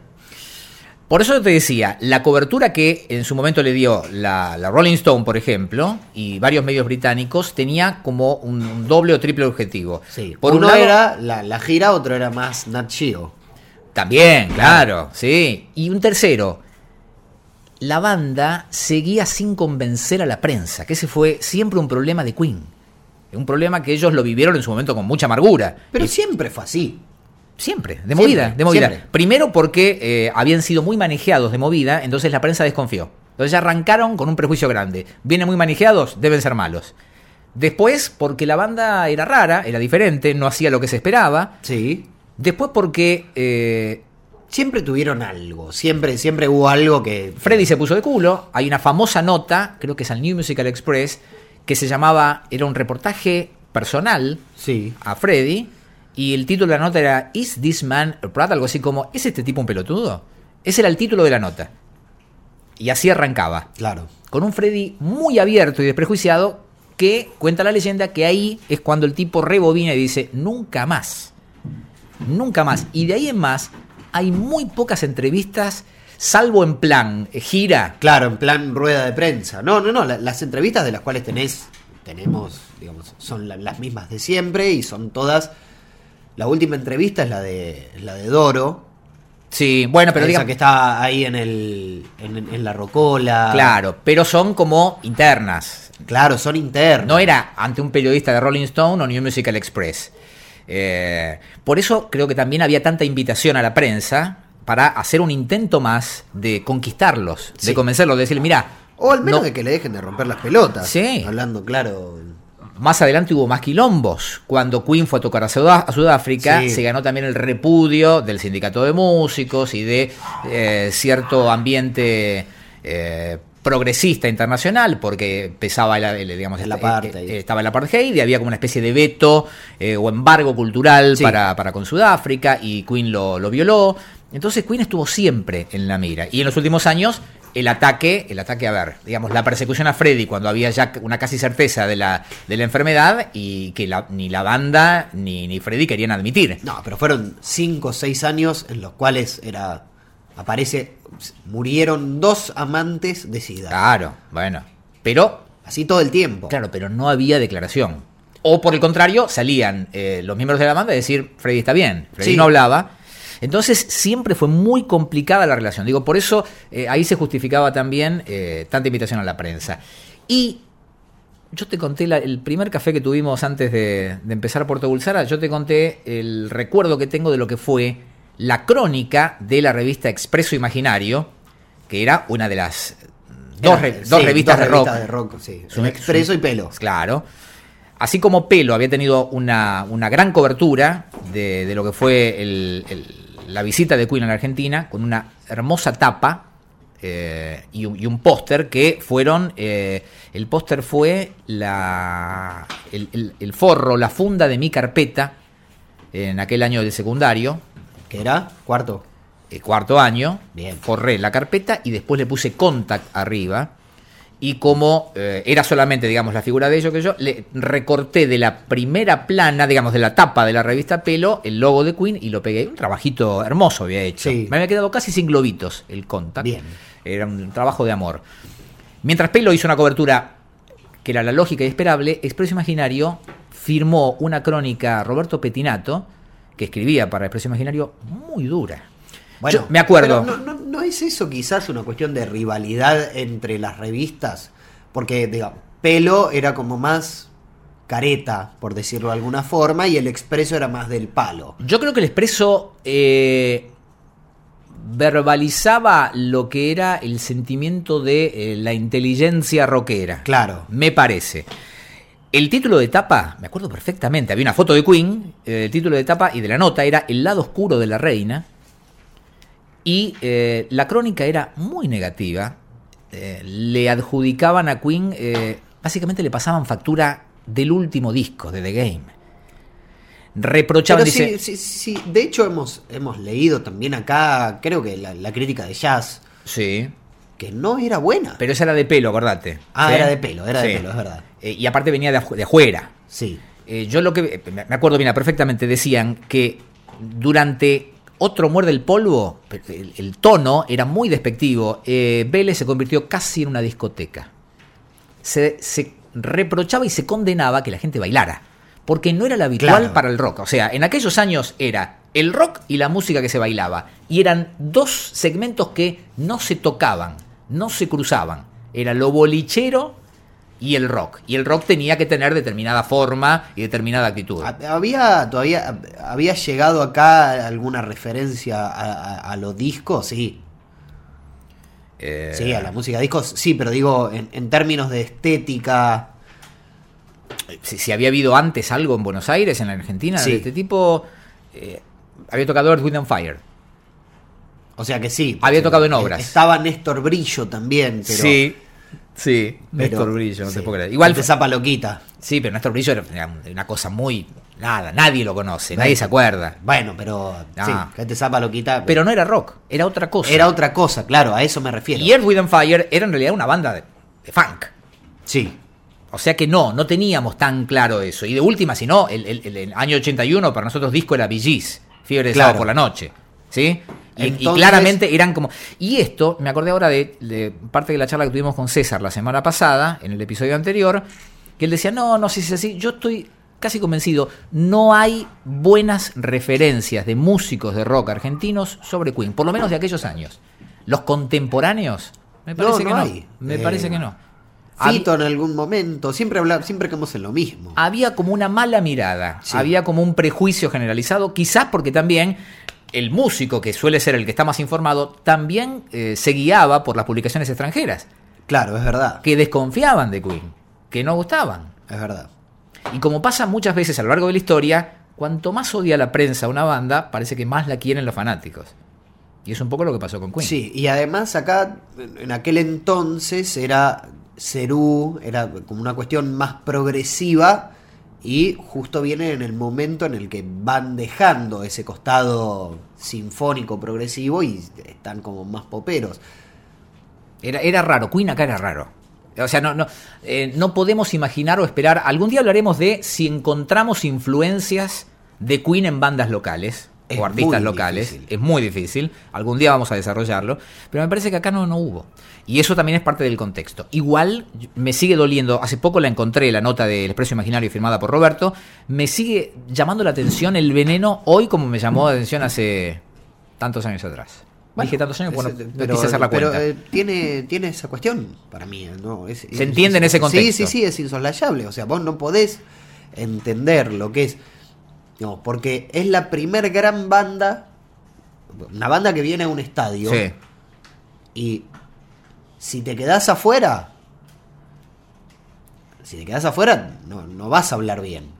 Speaker 2: Por eso te decía, la cobertura que en su momento le dio la, la Rolling Stone, por ejemplo, y varios medios británicos, tenía como un, un doble o triple objetivo.
Speaker 3: Sí.
Speaker 2: Por
Speaker 3: Uno
Speaker 2: un lado-
Speaker 3: era la, la gira, otro era más Nat Geo.
Speaker 2: También, claro, sí. Y un tercero, la banda seguía sin convencer a la prensa, que ese fue siempre un problema de Queen. Un problema que ellos lo vivieron en su momento con mucha amargura.
Speaker 3: Pero
Speaker 2: Y
Speaker 3: siempre fue así.
Speaker 2: siempre, de movida, de movida.
Speaker 3: siempre.
Speaker 2: Primero porque eh, habían sido muy manejados de movida, entonces la prensa desconfió. Entonces ya arrancaron con un prejuicio grande. Vienen muy manejados, deben ser malos. Después, porque la banda era rara, era diferente, no hacía lo que se esperaba.
Speaker 3: Sí.
Speaker 2: Después porque eh,
Speaker 3: Siempre tuvieron algo. Siempre, siempre hubo algo que.
Speaker 2: Freddy se puso de culo. Hay una famosa nota, creo que es al New Musical Express, que se llamaba, era un reportaje personal
Speaker 3: Sí.
Speaker 2: a Freddy, y el título de la nota era ¿Is this man a prat? Algo así como ¿Es este tipo un pelotudo? Ese era el título de la nota. Y así arrancaba.
Speaker 3: Claro.
Speaker 2: Con un Freddy muy abierto y desprejuiciado que cuenta la leyenda que ahí es cuando el tipo rebobina y dice nunca más. Nunca más. Y de ahí en más hay muy pocas entrevistas, salvo en plan eh, gira,
Speaker 3: Claro, en plan rueda de prensa. No, no, no. la- las entrevistas de las cuales tenés, tenemos, digamos, son la- las mismas de siempre y son todas. La última entrevista es la de la de Doro.
Speaker 2: Sí, bueno, Ah, pero
Speaker 3: Pero esa
Speaker 2: diga
Speaker 3: que está ahí en el. en, en la rocola.
Speaker 2: Claro, pero son como internas.
Speaker 3: Claro, son internos.
Speaker 2: No era ante un periodista de Rolling Stone o New Musical Express. Eh, por eso creo que también había tanta invitación a la prensa para hacer un intento más de conquistarlos,
Speaker 3: Sí.
Speaker 2: de convencerlos, de decir, mira,
Speaker 3: O al menos
Speaker 2: no-
Speaker 3: de que le dejen de romper las pelotas.
Speaker 2: Sí.
Speaker 3: Hablando claro.
Speaker 2: Más adelante hubo más quilombos. Cuando Queen fue a tocar a, Sudá- a Sudáfrica,
Speaker 3: Sí.
Speaker 2: se ganó también el repudio del sindicato de músicos y de eh, cierto ambiente eh, progresista internacional, porque pesaba el, el- digamos,
Speaker 3: El
Speaker 2: este-
Speaker 3: apartheid.
Speaker 2: eh, eh, estaba el apartheid y había como una especie de veto eh, o embargo cultural
Speaker 3: Sí.
Speaker 2: para, para con Sudáfrica y Queen lo, lo violó. Entonces Queen estuvo siempre en la mira. Y en los últimos años, el ataque, el ataque, a ver, digamos, la persecución a Freddy cuando había ya una casi certeza de la, de la enfermedad y que la- ni la banda ni, ni Freddy querían admitir.
Speaker 3: No, pero fueron 5 o 6 años en los cuales era. Aparece. Murieron dos amantes de SIDA.
Speaker 2: Claro, bueno. Pero
Speaker 3: Así todo el tiempo.
Speaker 2: Claro, pero no había declaración. O por el contrario, salían eh, los miembros de la banda a decir, Freddy está bien, Freddy
Speaker 3: Sí.
Speaker 2: no hablaba. Entonces siempre fue muy complicada la relación. Digo, por eso eh, ahí se justificaba también eh, tanta invitación a la prensa. Y yo te conté la- el primer café que tuvimos antes de, de empezar Puerto Bulsara, yo te conté el recuerdo que tengo de lo que fue la crónica de la revista Expreso Imaginario, que era una de las dos,
Speaker 3: Era-
Speaker 2: re-
Speaker 3: sí,
Speaker 2: dos revistas de rock.
Speaker 3: de rock. sí.
Speaker 2: Es un-
Speaker 3: Expreso
Speaker 2: es
Speaker 3: y pelo.
Speaker 2: Claro. Así como Pelo había tenido una, una gran cobertura de, de lo que fue el- el- la visita de Queen a la Argentina, con una hermosa tapa eh, y, un- y un póster que fueron. eh, el póster fue la, el, el- el forro, la funda de mi carpeta en aquel año del secundario,
Speaker 3: ¿Qué era? Cuarto.
Speaker 2: el eh, cuarto año.
Speaker 3: Bien.
Speaker 2: Forré la carpeta y después le puse contact arriba. Y como eh, era solamente, digamos, la figura de ellos que yo, le recorté de la primera plana, digamos, de la tapa de la revista Pelo, el logo de Queen y lo pegué. Un trabajito hermoso había hecho.
Speaker 3: Sí.
Speaker 2: Me había quedado casi sin globitos el contact.
Speaker 3: Bien.
Speaker 2: Era un trabajo de amor. Mientras Pelo hizo una cobertura que era la lógica y esperable, Expreso Imaginario firmó una crónica Roberto Petinato, que escribía para Expreso Imaginario, muy dura. Yo me acuerdo.
Speaker 3: pero no, no- ¿no es eso quizás una cuestión de rivalidad entre las revistas? Porque, digamos, pelo era como más careta, por decirlo de alguna forma, y el expreso era más del palo.
Speaker 2: Yo creo que el expreso eh, verbalizaba lo que era el sentimiento de eh, la inteligencia rockera.
Speaker 3: Claro.
Speaker 2: Me parece. El título de tapa, me acuerdo perfectamente, había una foto de Queen, eh, el título de tapa y de la nota era El lado oscuro de la reina. Y eh, la crónica era muy negativa. Eh, le adjudicaban a Queen, eh, básicamente le pasaban factura del último disco de The Game. Reprochaban,
Speaker 3: Pero
Speaker 2: dice.
Speaker 3: sí, sí, sí, de hecho hemos, hemos leído también acá, creo que la, la crítica de jazz,
Speaker 2: Sí.
Speaker 3: que no era buena.
Speaker 2: Pero esa era de pelo, acordate.
Speaker 3: ah,
Speaker 2: ¿Sí?
Speaker 3: era de pelo, era de
Speaker 2: Sí.
Speaker 3: pelo, es verdad.
Speaker 2: Eh, y aparte venía de, afu- de afuera.
Speaker 3: Sí.
Speaker 2: Eh, yo lo que. Me me acuerdo bien, perfectamente decían que durante Otro muerde el polvo, el, el tono era muy despectivo. eh, Vélez se convirtió casi en una discoteca. Se, se reprochaba y se condenaba que la gente bailara, porque no era lo habitual
Speaker 3: Claro.
Speaker 2: para el rock. O sea, en aquellos años era el rock y la música que se bailaba. Y eran dos segmentos que no se tocaban, no se cruzaban. Era lo bolichero y el rock. Y el rock tenía que tener determinada forma y determinada actitud.
Speaker 3: Ha- Había todavía había llegado acá alguna referencia a, a- a los discos, sí.
Speaker 2: Eh,
Speaker 3: Sí, a la música discos, sí, pero digo en, en términos de estética.
Speaker 2: si, si había habido antes algo en Buenos Aires, en la Argentina,
Speaker 3: Sí.
Speaker 2: de este tipo, eh, había tocado Earth, Wind and Fire.
Speaker 3: O sea que sí.
Speaker 2: Había
Speaker 3: sí,
Speaker 2: tocado en
Speaker 3: eh,
Speaker 2: obras.
Speaker 3: Estaba Néstor Brillo también, pero.
Speaker 2: sí.
Speaker 3: pero-
Speaker 2: Néstor Brillo, no
Speaker 3: sí.
Speaker 2: te puedo creer. Igual,
Speaker 3: Antes Zapa Loquita.
Speaker 2: sí, pero Néstor Brillo era una- una cosa muy... Nada, nadie lo conoce,
Speaker 3: Bueno.
Speaker 2: nadie se acuerda.
Speaker 3: Bueno, pero. Sí,
Speaker 2: Ah.
Speaker 3: gente Zapa Loquita.
Speaker 2: Pero no era rock, era otra cosa.
Speaker 3: era otra cosa, claro, a eso me refiero.
Speaker 2: y Earth, Wind and Fire era en realidad una banda de- de funk.
Speaker 3: Sí.
Speaker 2: O sea que no, no teníamos tan claro eso. Y de última, si no, el, el- el año 81 para nosotros disco era VG's, Fiebre de
Speaker 3: Claro.
Speaker 2: Sábado por la Noche. ¿Sí? Y, y
Speaker 3: Entonces-
Speaker 2: claramente eran como. Y esto, me acordé ahora de, de parte de la charla que tuvimos con César la semana pasada, en el episodio anterior, que él decía: No, no sé si es así. Yo estoy casi convencido, no hay buenas referencias de músicos de rock argentinos sobre Queen, por lo menos de aquellos años. Los contemporáneos, me
Speaker 3: No,
Speaker 2: parece
Speaker 3: no
Speaker 2: que no.
Speaker 3: hay.
Speaker 2: Me
Speaker 3: Eh,
Speaker 2: parece que no. Hab-
Speaker 3: Fito en algún momento, siempre habla, siempre caemos en lo mismo.
Speaker 2: había como una mala mirada,
Speaker 3: Sí.
Speaker 2: había como un prejuicio generalizado, quizás porque también el músico, que suele ser el que está más informado, también eh, se guiaba por las publicaciones extranjeras,
Speaker 3: Claro, es verdad.
Speaker 2: que desconfiaban de Queen, que no gustaban.
Speaker 3: Es verdad.
Speaker 2: Y como pasa muchas veces a lo largo de la historia, cuanto más odia la prensa a una banda, parece que más la quieren los fanáticos. Y es un poco lo que pasó con Queen.
Speaker 3: Sí, y además acá, en aquel entonces, era Cerú, era como una cuestión más progresiva, y justo viene en el momento en el que van dejando ese costado sinfónico progresivo y están como más poperos.
Speaker 2: Era, era raro, Queen acá era raro. O sea, no, no, eh, no podemos imaginar o esperar. Algún día hablaremos de si encontramos influencias de Queen en bandas locales
Speaker 3: Es
Speaker 2: o artistas
Speaker 3: muy
Speaker 2: locales.
Speaker 3: difícil.
Speaker 2: Es muy difícil. Algún día vamos a desarrollarlo. Pero me parece que acá no, no hubo. Y eso también es parte del contexto. Igual me sigue doliendo. Hace poco la encontré, la nota del Expreso Imaginario firmada por Roberto. Me sigue llamando la atención el veneno hoy como me llamó la atención hace tantos años atrás. Dije tantos años, bueno,
Speaker 3: Ese-
Speaker 2: no quise hacer la
Speaker 3: pero,
Speaker 2: cuenta.
Speaker 3: eh, tiene, tiene esa cuestión para mí. eh, ¿no? Es- es-
Speaker 2: entiende en ese contexto.
Speaker 3: Sí, sí, sí, es insoslayable. O sea, vos no podés entender lo que es. No, porque es la primer gran banda, una banda que viene a un estadio.
Speaker 2: Sí.
Speaker 3: Y si te quedás afuera, si te quedás afuera, no, no vas a hablar bien.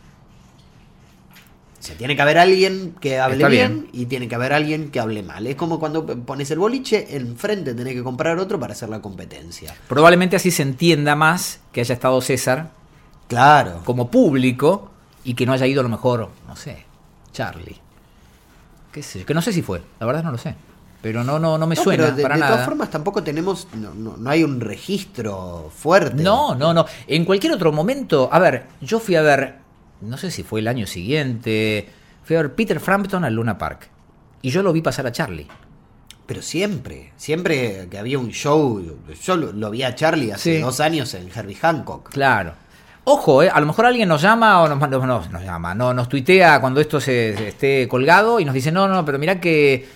Speaker 3: O sea, tiene que haber alguien que hable
Speaker 2: Está
Speaker 3: bien, y tiene que haber alguien que hable mal. Es como cuando p- pones el boliche, enfrente tenés que comprar otro para hacer la competencia.
Speaker 2: Probablemente así se entienda más que haya estado César
Speaker 3: Claro.
Speaker 2: como público y que no haya ido a lo mejor, no sé, Charlie. ¿Qué sé yo? Que no sé si fue, la verdad no lo sé. Pero no, no, no me
Speaker 3: No,
Speaker 2: suena
Speaker 3: pero de,
Speaker 2: para
Speaker 3: de
Speaker 2: nada.
Speaker 3: todas formas tampoco tenemos, no, no- no hay un registro fuerte.
Speaker 2: No, no, no. En cualquier otro momento, a ver, yo fui a ver, no sé si fue el año siguiente, fui a ver Peter Frampton al Luna Park. Y yo lo vi pasar a Charlie.
Speaker 3: Pero siempre, siempre que había un show, yo lo, lo vi a Charlie hace
Speaker 2: Sí.
Speaker 3: dos años en Herbie Hancock.
Speaker 2: Claro. Ojo, eh, a lo mejor alguien nos llama o nos, manda- no, nos llama, no, nos tuitea cuando esto se, se esté colgado y nos dice, no, no, pero mirá que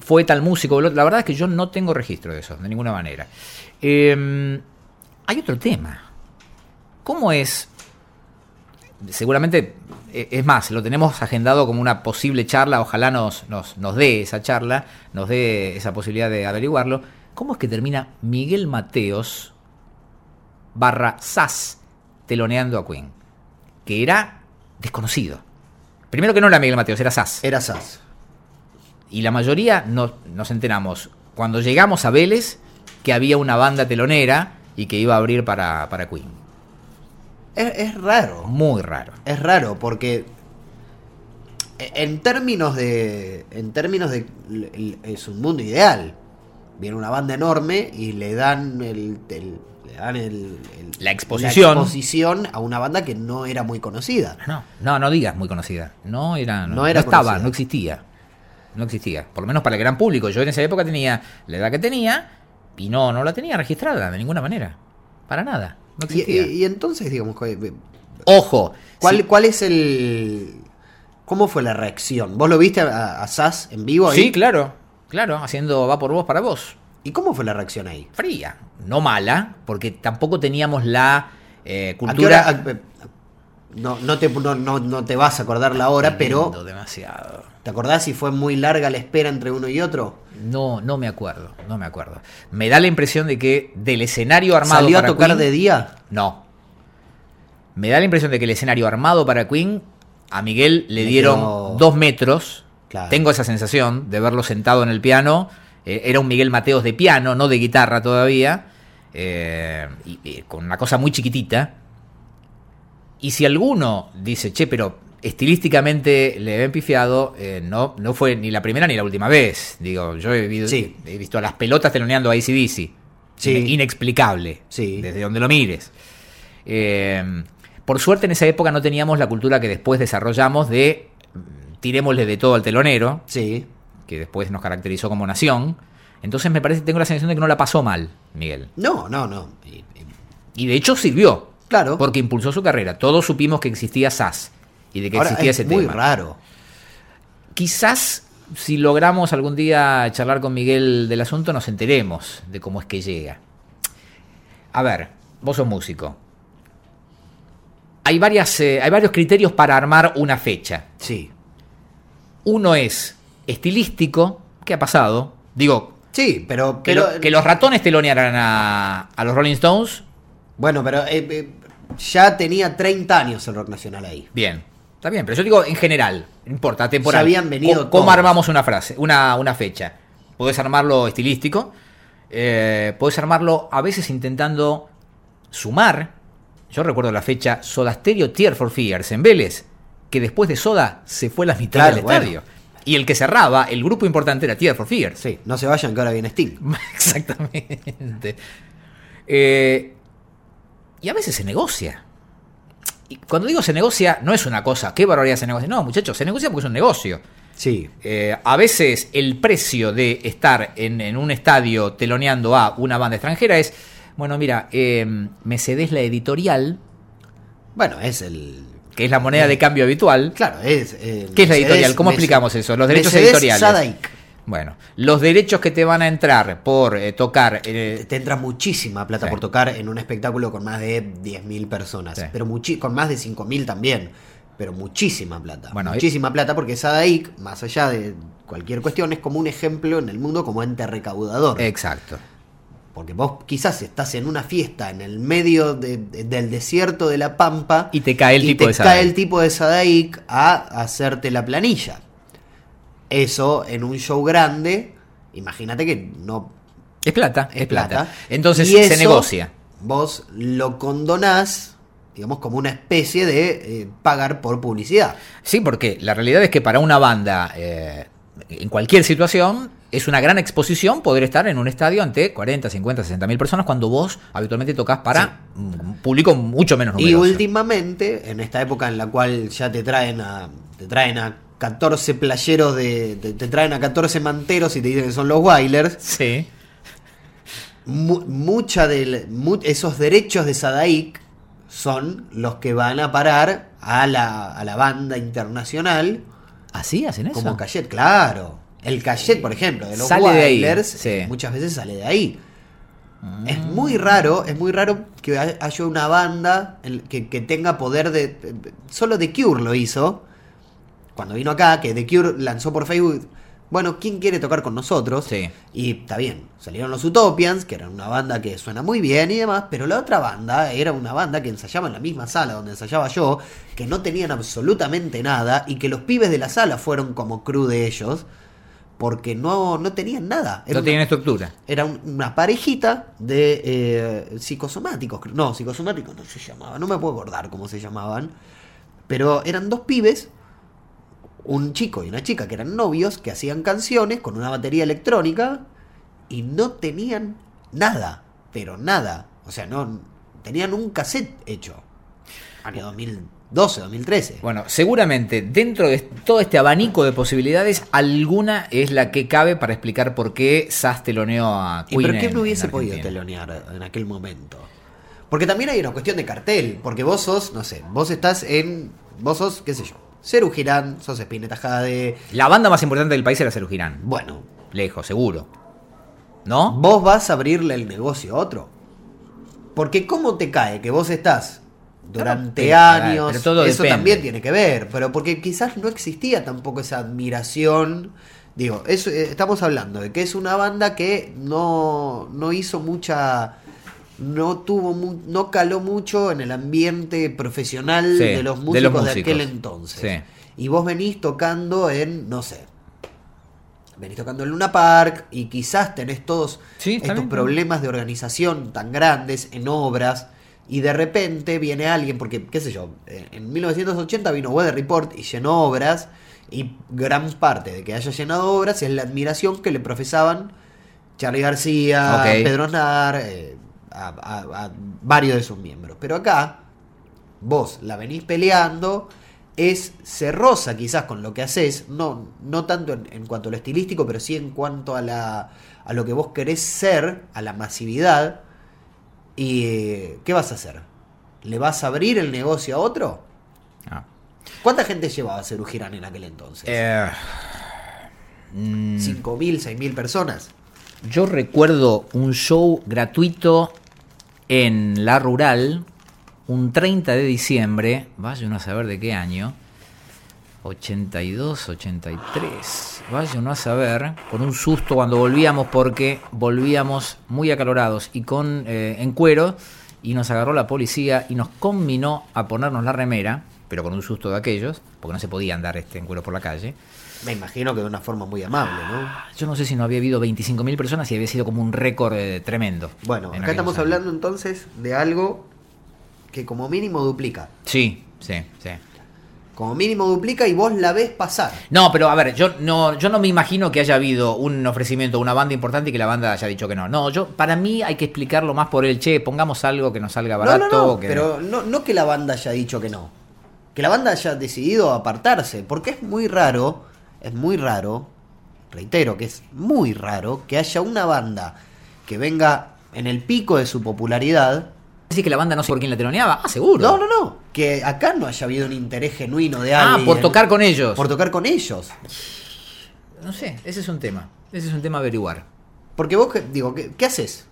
Speaker 2: fue tal músico. boludo". La verdad es que yo no tengo registro de eso, de ninguna manera. Eh, hay otro tema. ¿Cómo es? Seguramente, e- es más, lo tenemos agendado como una posible charla, ojalá nos, nos, nos dé esa charla, nos dé esa posibilidad de averiguarlo. ¿Cómo es que termina Miguel Mateos barra SAS teloneando a Queen, que era desconocido. Primero que no era Miguel Mateos, era SAS.
Speaker 3: Era Sass.
Speaker 2: Y la mayoría no- nos enteramos cuando llegamos a Vélez que había una banda telonera y que iba a abrir para, para Queen.
Speaker 3: Es, es raro,
Speaker 2: Muy raro.
Speaker 3: es raro porque e- en términos de en términos de l- l- es un mundo ideal. Viene una banda enorme y le dan el, el- le dan el- el-
Speaker 2: La exposición.
Speaker 3: la exposición a una banda que no era muy conocida.
Speaker 2: No, no, no digas muy conocida. No era, no,
Speaker 3: No era
Speaker 2: no estaba,
Speaker 3: conocida.
Speaker 2: no existía. No existía. Por lo menos para el gran público. Yo en esa época tenía la edad que tenía y no, no la tenía registrada de ninguna manera. Para nada. No
Speaker 3: Y,
Speaker 2: existía.
Speaker 3: y- y entonces, digamos, ¿cuál,
Speaker 2: Ojo.
Speaker 3: cuál-
Speaker 2: sí,
Speaker 3: cuál es el. ¿Cómo fue la reacción? ¿Vos lo viste a, a Sass en vivo ahí?
Speaker 2: sí, claro. Claro, haciendo va por vos para vos.
Speaker 3: ¿Y cómo fue la reacción ahí?
Speaker 2: Fría. No mala, porque tampoco teníamos la eh,
Speaker 3: ¿A qué
Speaker 2: cultura.
Speaker 3: hora- a- eh, no, no, te, no, no- no te vas a acordar la hora, pero
Speaker 2: Demasiado.
Speaker 3: ¿te acordás si fue muy larga la espera entre uno y otro?
Speaker 2: No, no me acuerdo, no me acuerdo. Me da la impresión de que del escenario armado
Speaker 3: ¿Salió a
Speaker 2: para
Speaker 3: tocar
Speaker 2: Queen-
Speaker 3: de día?
Speaker 2: No. Me da la impresión de que el escenario armado para Queen, a Miguel le
Speaker 3: Le
Speaker 2: dieron
Speaker 3: quedó-
Speaker 2: dos metros.
Speaker 3: Claro.
Speaker 2: Tengo esa sensación de verlo sentado en el piano. Eh, era un Miguel Mateos de piano, no de guitarra todavía. Eh, y- y con una cosa muy chiquitita. Y si alguno dice, che, pero estilísticamente le ven pifiado, eh, no, no fue ni la primera ni la última vez. Digo, yo he vivido-
Speaker 3: Sí.
Speaker 2: he visto a las pelotas teloneando a ACDC.
Speaker 3: Sí.
Speaker 2: Ine- Inexplicable.
Speaker 3: Sí.
Speaker 2: Desde donde lo mires. Eh, por suerte en esa época no teníamos la cultura que después desarrollamos de mm, tirémosle de todo al telonero,
Speaker 3: Sí.
Speaker 2: que después nos caracterizó como nación. Entonces me parece, tengo la sensación de que no la pasó mal, Miguel.
Speaker 3: No, no, no. Y- y-
Speaker 2: Y de hecho sirvió.
Speaker 3: Claro.
Speaker 2: Porque impulsó su carrera. Todos supimos que existía SAS y de que
Speaker 3: Ahora
Speaker 2: existía
Speaker 3: es
Speaker 2: ese
Speaker 3: muy
Speaker 2: tema.
Speaker 3: raro.
Speaker 2: Quizás si logramos algún día charlar con Miguel del asunto, nos enteremos de cómo es que llega. A ver, vos sos músico. Hay, varias, eh, hay varios criterios para armar una fecha.
Speaker 3: Sí.
Speaker 2: Uno es estilístico, que ha pasado. Digo,
Speaker 3: Sí, pero.
Speaker 2: que,
Speaker 3: pero
Speaker 2: lo- que los ratones telonearan a, a los Rolling Stones,
Speaker 3: Bueno, pero eh, eh, ya tenía 30 años el rock nacional ahí.
Speaker 2: bien. Está bien, pero yo digo en general, no importa, temporal.
Speaker 3: Ya habían venido
Speaker 2: ¿Cómo, cómo
Speaker 3: todos.
Speaker 2: armamos una frase, una, una fecha? Podés armarlo estilístico, eh, podés armarlo a veces intentando sumar. Yo recuerdo la fecha Soda Stereo Tear for Fears en Vélez, que después de Soda se fue la mitad
Speaker 3: Claro,
Speaker 2: del
Speaker 3: bueno.
Speaker 2: estadio. Y el que cerraba, el grupo importante era Tear for Fears.
Speaker 3: Sí, no se vayan que ahora viene Sting.
Speaker 2: Exactamente. Eh, y a veces se negocia. Y cuando digo se negocia, no es una cosa, qué barbaridad se negocia. No, muchachos, se negocia porque es un negocio.
Speaker 3: Sí.
Speaker 2: Eh, a veces el precio de estar en, en un estadio teloneando a una banda extranjera es, bueno, mira, eh, me cedes la editorial,
Speaker 3: Bueno, es el.
Speaker 2: que es la moneda de cambio habitual.
Speaker 3: Claro, es. eh,
Speaker 2: ¿Qué es la
Speaker 3: Mercedes-
Speaker 2: editorial? ¿Cómo
Speaker 3: Merce-
Speaker 2: explicamos eso? Los derechos
Speaker 3: Mercedes
Speaker 2: editoriales.
Speaker 3: Sadaik.
Speaker 2: Bueno, los derechos que te van a entrar por eh, tocar... eh,
Speaker 3: Te entra muchísima plata
Speaker 2: Sí.
Speaker 3: por tocar en un espectáculo con más de 10.000 personas.
Speaker 2: Sí.
Speaker 3: Pero muchi- con más de 5.000 también. Pero muchísima plata.
Speaker 2: Bueno,
Speaker 3: muchísima plata porque Sadaik, más allá de cualquier cuestión, es como un ejemplo en el mundo como ente recaudador.
Speaker 2: Eh. Exacto.
Speaker 3: Porque vos quizás estás en una fiesta en el medio de- de- del desierto de la Pampa
Speaker 2: Y te cae el tipo
Speaker 3: te
Speaker 2: de
Speaker 3: cae
Speaker 2: Sadaik.
Speaker 3: el tipo de Sadaik a hacerte la planilla. Eso en un show grande, imagínate que no
Speaker 2: Es plata,
Speaker 3: es,
Speaker 2: es, plata.
Speaker 3: Y
Speaker 2: Entonces se
Speaker 3: eso
Speaker 2: negocia.
Speaker 3: Vos lo condonás, digamos, como una especie de eh, pagar por publicidad.
Speaker 2: Sí, porque la realidad es que para una banda, eh, en cualquier situación, es una gran exposición poder estar en un estadio ante 40, 50, 60 mil personas cuando vos habitualmente tocas para un público mucho menos
Speaker 3: Y
Speaker 2: numeroso.
Speaker 3: últimamente, en esta época en la cual ya te traen a. te traen a 14 playeros de. te, te traen a 14 manteros y te dicen que son los Wailers,
Speaker 2: Sí.
Speaker 3: mu- mucha del. mu- esos derechos de Sadaik son los que van a parar a la, a la banda internacional
Speaker 2: ¿Así hacen eso?
Speaker 3: como Cayet, claro. El Cayet, por ejemplo, de los
Speaker 2: Sale de ahí,
Speaker 3: Wailers,
Speaker 2: sí. Mm.
Speaker 3: muchas veces sale de ahí. Es muy raro, es muy raro que ha- haya una banda en- que, que tenga poder de... Solo The Cure lo hizo. Cuando vino acá, que The Cure lanzó por Facebook, bueno, ¿quién quiere tocar con nosotros?
Speaker 2: Sí.
Speaker 3: Y está bien, salieron los Utopians, que eran una banda que suena muy bien y demás, pero la otra banda era una banda que ensayaba en la misma sala donde ensayaba yo, que no tenían absolutamente nada y que los pibes de la sala fueron como crew de ellos, porque no, no tenían nada. Era
Speaker 2: No
Speaker 3: una-
Speaker 2: tienen estructura.
Speaker 3: era un- una parejita de eh, psicosomáticos. creo- No, psicosomáticos no se llamaba. No me puedo acordar cómo se llamaban. Pero eran dos pibes, un chico y una chica, que eran novios, que hacían canciones con una batería electrónica y no tenían nada. Pero nada. O sea, no tenían un cassette hecho. Año 2012, 2012, 2013.
Speaker 2: Bueno, seguramente dentro de todo este abanico de posibilidades, alguna es la que cabe para explicar por qué Sass teloneó a
Speaker 3: ¿Y
Speaker 2: Queen.
Speaker 3: pero qué
Speaker 2: en-
Speaker 3: no hubiese
Speaker 2: en
Speaker 3: podido
Speaker 2: Argentina?
Speaker 3: telonear en aquel momento? Porque también hay una cuestión de cartel, porque vos sos, no sé, vos estás en. Vos sos, qué sé yo, Ceru Girán, sos Spinetta Jade.
Speaker 2: La banda más importante del país era Serú Girán.
Speaker 3: Bueno,
Speaker 2: Lejos, seguro. ¿No?
Speaker 3: vos vas a abrirle el negocio a otro. Porque cómo te cae que vos estás durante
Speaker 2: Claro, pero-
Speaker 3: años,
Speaker 2: pero todo
Speaker 3: eso
Speaker 2: depende.
Speaker 3: también tiene que ver, pero porque quizás no existía tampoco esa admiración. Digo, es- eh, estamos hablando de que es una banda que no, no hizo mucha... No tuvo mu- no caló mucho en el ambiente profesional
Speaker 2: Sí,
Speaker 3: de los músicos de, aquel
Speaker 2: músicos.
Speaker 3: entonces.
Speaker 2: Sí.
Speaker 3: Y vos venís tocando en, no sé, venís tocando en Luna Park y quizás tenés todos
Speaker 2: Sí, está
Speaker 3: estos
Speaker 2: bien.
Speaker 3: problemas de organización tan grandes en obras y de repente viene alguien, porque qué sé yo, eh, en 1980 vino Weather Report y llenó obras y gran parte de que haya llenado obras es la admiración que le profesaban Charlie García,
Speaker 2: Ok.
Speaker 3: Pedro Aznar, eh, a, a- a varios de sus miembros. Pero acá vos la venís peleando, es cerrosa quizás con lo que haces, no, no tanto en, en cuanto a lo estilístico, pero sí en cuanto a, la, a lo que vos querés ser, a la masividad. ¿Y eh, qué vas a hacer? ¿Le vas a abrir el negocio a otro?
Speaker 2: Ah.
Speaker 3: ¿Cuánta gente llevaba a Serú Girán en aquel entonces?
Speaker 2: Eh, mm,
Speaker 3: ¿5.000, 6.000 personas?
Speaker 2: Yo recuerdo un show gratuito en La Rural, un 30 de diciembre, vaya uno a saber de qué año, 82, 83, vaya uno a saber, con un susto cuando volvíamos porque volvíamos muy acalorados y con eh, en cuero y nos agarró la policía y nos conminó a ponernos la remera, pero con un susto de aquellos, porque no se podía andar este en cuero por la calle.
Speaker 3: Me imagino que de una forma muy amable, ¿no?
Speaker 2: Yo no sé si no había habido 25.000 personas y había sido como un récord eh, tremendo.
Speaker 3: Bueno,
Speaker 2: en
Speaker 3: acá estamos
Speaker 2: aquellos años.
Speaker 3: hablando entonces de algo que como mínimo duplica.
Speaker 2: Sí, sí, sí.
Speaker 3: Como mínimo duplica y vos la ves pasar.
Speaker 2: No, pero a ver, yo no, yo no me imagino que haya habido un ofrecimiento a una banda importante y que la banda haya dicho que no. No, yo para mí hay que explicarlo más por el che, pongamos algo que nos salga barato.
Speaker 3: no, no, no,
Speaker 2: que...
Speaker 3: pero no, no que la banda haya dicho que no. Que la banda haya decidido apartarse, porque es muy raro, es muy raro, reitero que es muy raro que haya una banda que venga en el pico de su popularidad.
Speaker 2: Así que la banda no sé por quién la teloneaba. Ah, seguro.
Speaker 3: No, no, no, que acá no haya habido un interés genuino de
Speaker 2: Ah,
Speaker 3: alguien.
Speaker 2: por tocar con ellos.
Speaker 3: Por tocar con ellos.
Speaker 2: No sé, ese es un tema. Ese es un tema a averiguar.
Speaker 3: Porque vos, que- digo, ¿qué, qué haces?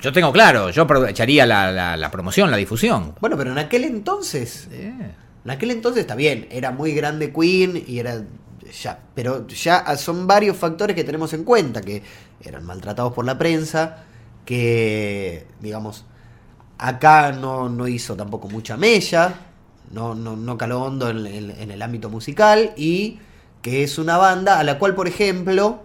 Speaker 2: Yo tengo claro, yo aprovecharía la, la- la promoción, la difusión.
Speaker 3: Bueno, pero en aquel entonces
Speaker 2: Eh.
Speaker 3: En aquel entonces está bien, era muy grande Queen y era ya, pero ya son varios factores que tenemos en cuenta, que eran maltratados por la prensa, que digamos, acá no, no hizo tampoco mucha mella, no, no, no caló hondo en, el- en el ámbito musical y que es una banda a la cual, por ejemplo,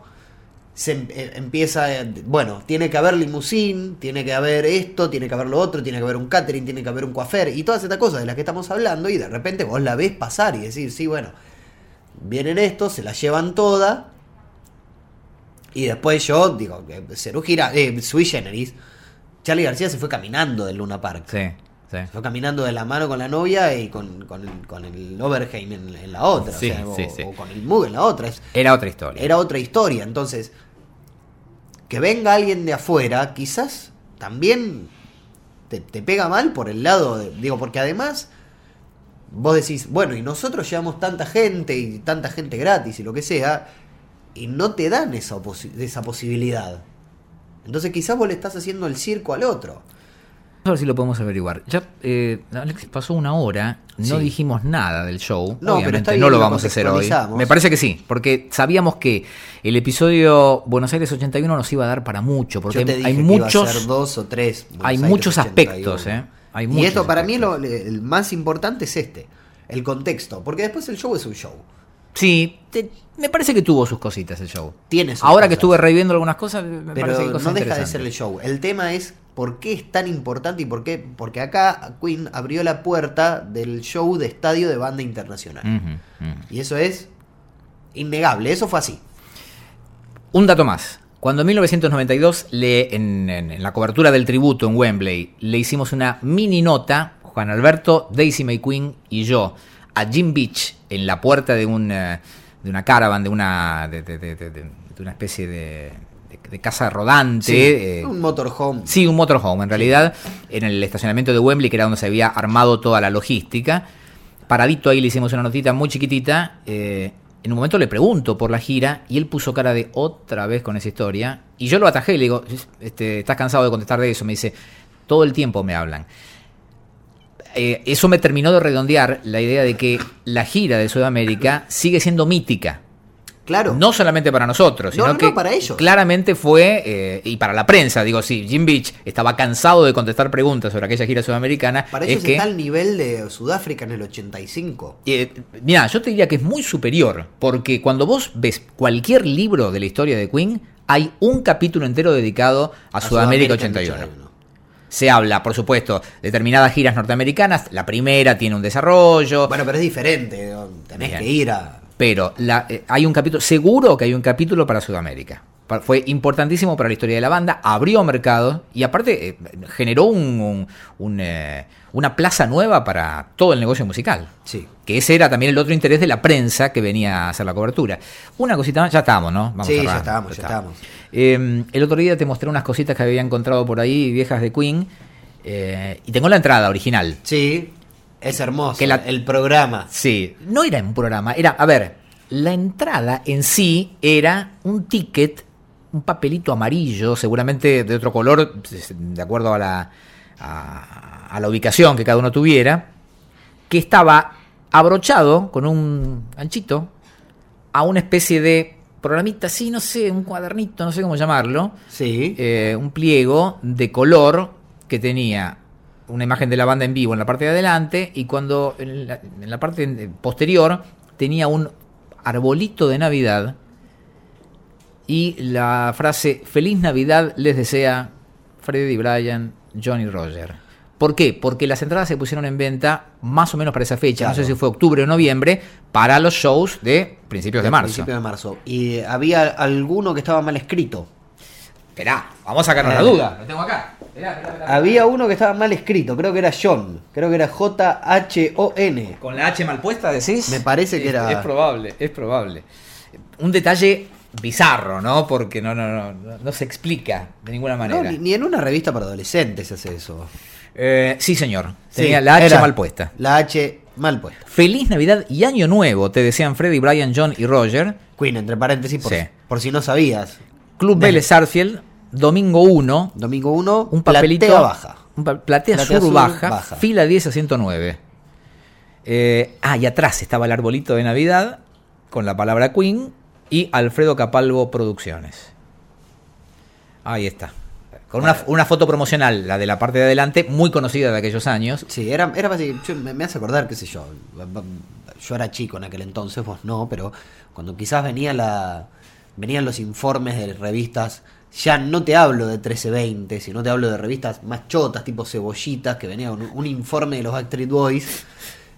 Speaker 3: se em- eh, empieza, eh, bueno, tiene que haber limusín, tiene que haber esto, tiene que haber lo otro, tiene que haber un catering, tiene que haber un coafer y todas estas cosas de las que estamos hablando y de repente vos la ves pasar y decir, sí, bueno, vienen estos, se la llevan toda y después yo, digo, Cerú Gira, eh, Sui Generis, Charlie García se fue caminando del Luna Park.
Speaker 2: Sí, sí.
Speaker 3: Se fue caminando de la mano con la novia y con, con el, con el Overheim en, en la otra, o
Speaker 2: Sí,
Speaker 3: sea, o,
Speaker 2: sí, sí.
Speaker 3: o con el Moog en la otra. Es-
Speaker 2: Era otra historia.
Speaker 3: era otra historia. Entonces, que venga alguien de afuera, quizás también te, te pega mal por el lado, de- digo, porque además vos decís, bueno, y nosotros llevamos tanta gente y tanta gente gratis y lo que sea, y no te dan esa, posi- esa posibilidad. Entonces quizás vos le estás haciendo el circo al otro.
Speaker 2: A ver si lo podemos averiguar. Ya, eh, Alex, pasó una hora, no
Speaker 3: Sí.
Speaker 2: dijimos nada del show.
Speaker 3: No, pero
Speaker 2: Obviamente,
Speaker 3: está bien,
Speaker 2: no lo
Speaker 3: lo
Speaker 2: vamos a hacer hoy.
Speaker 3: contextualizamos.
Speaker 2: Me parece que sí, porque sabíamos que el episodio Buenos Aires 81 nos iba a dar para mucho, porque
Speaker 3: Yo te
Speaker 2: hay,
Speaker 3: dije
Speaker 2: hay
Speaker 3: que iba a ser
Speaker 2: muchos.
Speaker 3: dos o tres. Buenos
Speaker 2: hay
Speaker 3: Aires
Speaker 2: muchos
Speaker 3: 81.
Speaker 2: aspectos, ¿eh? Hay
Speaker 3: y
Speaker 2: muchos
Speaker 3: esto para mí lo,
Speaker 2: aspectos.
Speaker 3: el más importante es este, el contexto, porque después el show es un show.
Speaker 2: Sí, te- me parece que tuvo sus cositas el show.
Speaker 3: Tiene sus
Speaker 2: Ahora que
Speaker 3: cosas.
Speaker 2: estuve reviendo algunas cosas, me
Speaker 3: Pero
Speaker 2: parece que hay
Speaker 3: no
Speaker 2: cosas
Speaker 3: deja de ser el
Speaker 2: interesantes.
Speaker 3: show. El tema es por qué es tan importante y por qué. Porque acá Queen abrió la puerta del show de estadio de banda internacional.
Speaker 2: Mm. Ujú, ujú.
Speaker 3: Y eso es innegable. Eso fue así.
Speaker 2: Un dato más. Cuando en 1992, le, en, en- en la cobertura del tributo en Wembley, le hicimos una mini nota, Juan Juan Alberto, Daisy May Queen y yo a Jim Beach en la puerta de, un, eh, de una caravan, de una, de, de- de- de- de una especie de, de- de casa rodante. eh,
Speaker 3: un motorhome.
Speaker 2: Sí, un motorhome, en realidad, en el estacionamiento de Wembley, que era donde se había armado toda la logística. Paradito ahí le hicimos una notita muy chiquitita. eh, en un momento le pregunto por la gira y él puso cara de otra vez con esa historia. Y yo lo atajé y le digo, este, ¿estás cansado de contestar de eso? Me dice, todo el tiempo me hablan. Eh, eso me terminó de redondear la idea de que la gira de Sudamérica sigue siendo mítica.
Speaker 3: Claro.
Speaker 2: No solamente para nosotros,
Speaker 3: No,
Speaker 2: sino
Speaker 3: no,
Speaker 2: que
Speaker 3: no, para ellos.
Speaker 2: claramente fue, eh, y para la prensa, digo, sí, Jim Beach estaba cansado de contestar preguntas sobre aquella gira sudamericana.
Speaker 3: Para
Speaker 2: es
Speaker 3: ellos
Speaker 2: que,
Speaker 3: está al nivel de Sudáfrica en el 85.
Speaker 2: mira, yo te diría que es muy superior, porque cuando vos ves cualquier libro de la historia de Queen, hay un capítulo entero dedicado a, Sudamérica, 81. Se habla, por supuesto, determinadas giras norteamericanas, la primera tiene un desarrollo,
Speaker 3: Bueno, pero es diferente. ¿no? Tenés
Speaker 2: Bien.
Speaker 3: que ir a.
Speaker 2: Pero la- eh, hay un capítulo, seguro que hay un capítulo para Sudamérica. Pa- Fue importantísimo para la historia de la banda, abrió mercado y aparte eh, generó un- un- un, eh, una plaza nueva para todo el negocio musical.
Speaker 3: Sí.
Speaker 2: Que ese era también el otro interés de la prensa que venía a hacer la cobertura. Una cosita más, ya estábamos, ¿no?
Speaker 3: Sí, ya
Speaker 2: cerrando,
Speaker 3: estábamos, ya estábamos.
Speaker 2: Eh, el otro día te mostré unas cositas que había encontrado por ahí, viejas de Queen, eh, y tengo la entrada original.
Speaker 3: Sí. Es hermoso.
Speaker 2: Que la-
Speaker 3: El programa.
Speaker 2: Sí, no era un programa, era, a ver, la entrada en sí era un ticket, un papelito amarillo, seguramente de otro color, de acuerdo a la, a, a la ubicación que cada uno tuviera, que estaba abrochado con un ganchito a una especie de programita, sí, no sé, un cuadernito, no sé cómo llamarlo,
Speaker 3: Sí.
Speaker 2: eh, un pliego de color que tenía una imagen de la banda en vivo en la parte de adelante y cuando en la, en la parte en- eh, posterior tenía un arbolito de Navidad y la frase Feliz Navidad les desea Freddy Bryan, Johnny Roger. ¿Por qué? Porque las entradas se pusieron en venta más o menos para esa fecha, no
Speaker 3: Claro.
Speaker 2: sé si fue octubre o noviembre, para los shows de principios de marzo.
Speaker 3: Principio de marzo. Y eh, había alguno que estaba mal escrito.
Speaker 2: Esperá, vamos a
Speaker 3: Eh.
Speaker 2: sacarnos la duda, lo tengo acá. Esperá, esperá, esperá.
Speaker 3: Había uno que estaba mal escrito. Creo que era John. Creo que era J-H-O-N.
Speaker 2: ¿Con la H mal puesta decís?
Speaker 3: Me parece que
Speaker 2: Es-
Speaker 3: era-
Speaker 2: Es probable, es probable. Un detalle bizarro, ¿no? Porque no, no, no, no, no se explica de ninguna
Speaker 3: No,
Speaker 2: manera.
Speaker 3: ni, ni en una revista para adolescentes se hace eso.
Speaker 2: Eh, sí, señor. Tenía
Speaker 3: Sí,
Speaker 2: la H
Speaker 3: era
Speaker 2: mal puesta.
Speaker 3: La H mal puesta.
Speaker 2: Feliz Navidad y Año Nuevo, te desean Freddy, Brian, John y Roger.
Speaker 3: Queen, entre paréntesis, por,
Speaker 2: Sí.
Speaker 3: por si no sabías.
Speaker 2: Club Vélez Arfield, Domingo 1.
Speaker 3: Domingo 1,
Speaker 2: Un papelito.
Speaker 3: platea baja.
Speaker 2: un pa- platea,
Speaker 3: Platea
Speaker 2: sur,
Speaker 3: sur
Speaker 2: baja,
Speaker 3: baja.
Speaker 2: fila 10 a 109. Eh, ah, y atrás estaba el arbolito de Navidad con la palabra Queen y Alfredo Capalvo Producciones. Ahí está. Con una, una foto promocional, la de la parte de adelante, muy conocida de aquellos años.
Speaker 3: Sí, era, era básicamente- yo- me, me hace acordar, qué sé yo. Yo era chico en aquel entonces, vos no, pero cuando quizás venía la, venían los informes de revistas, ya no te hablo de 1320, sino te hablo de revistas más chotas, tipo cebollitas, que venía un, un informe de los Backstreet Boys,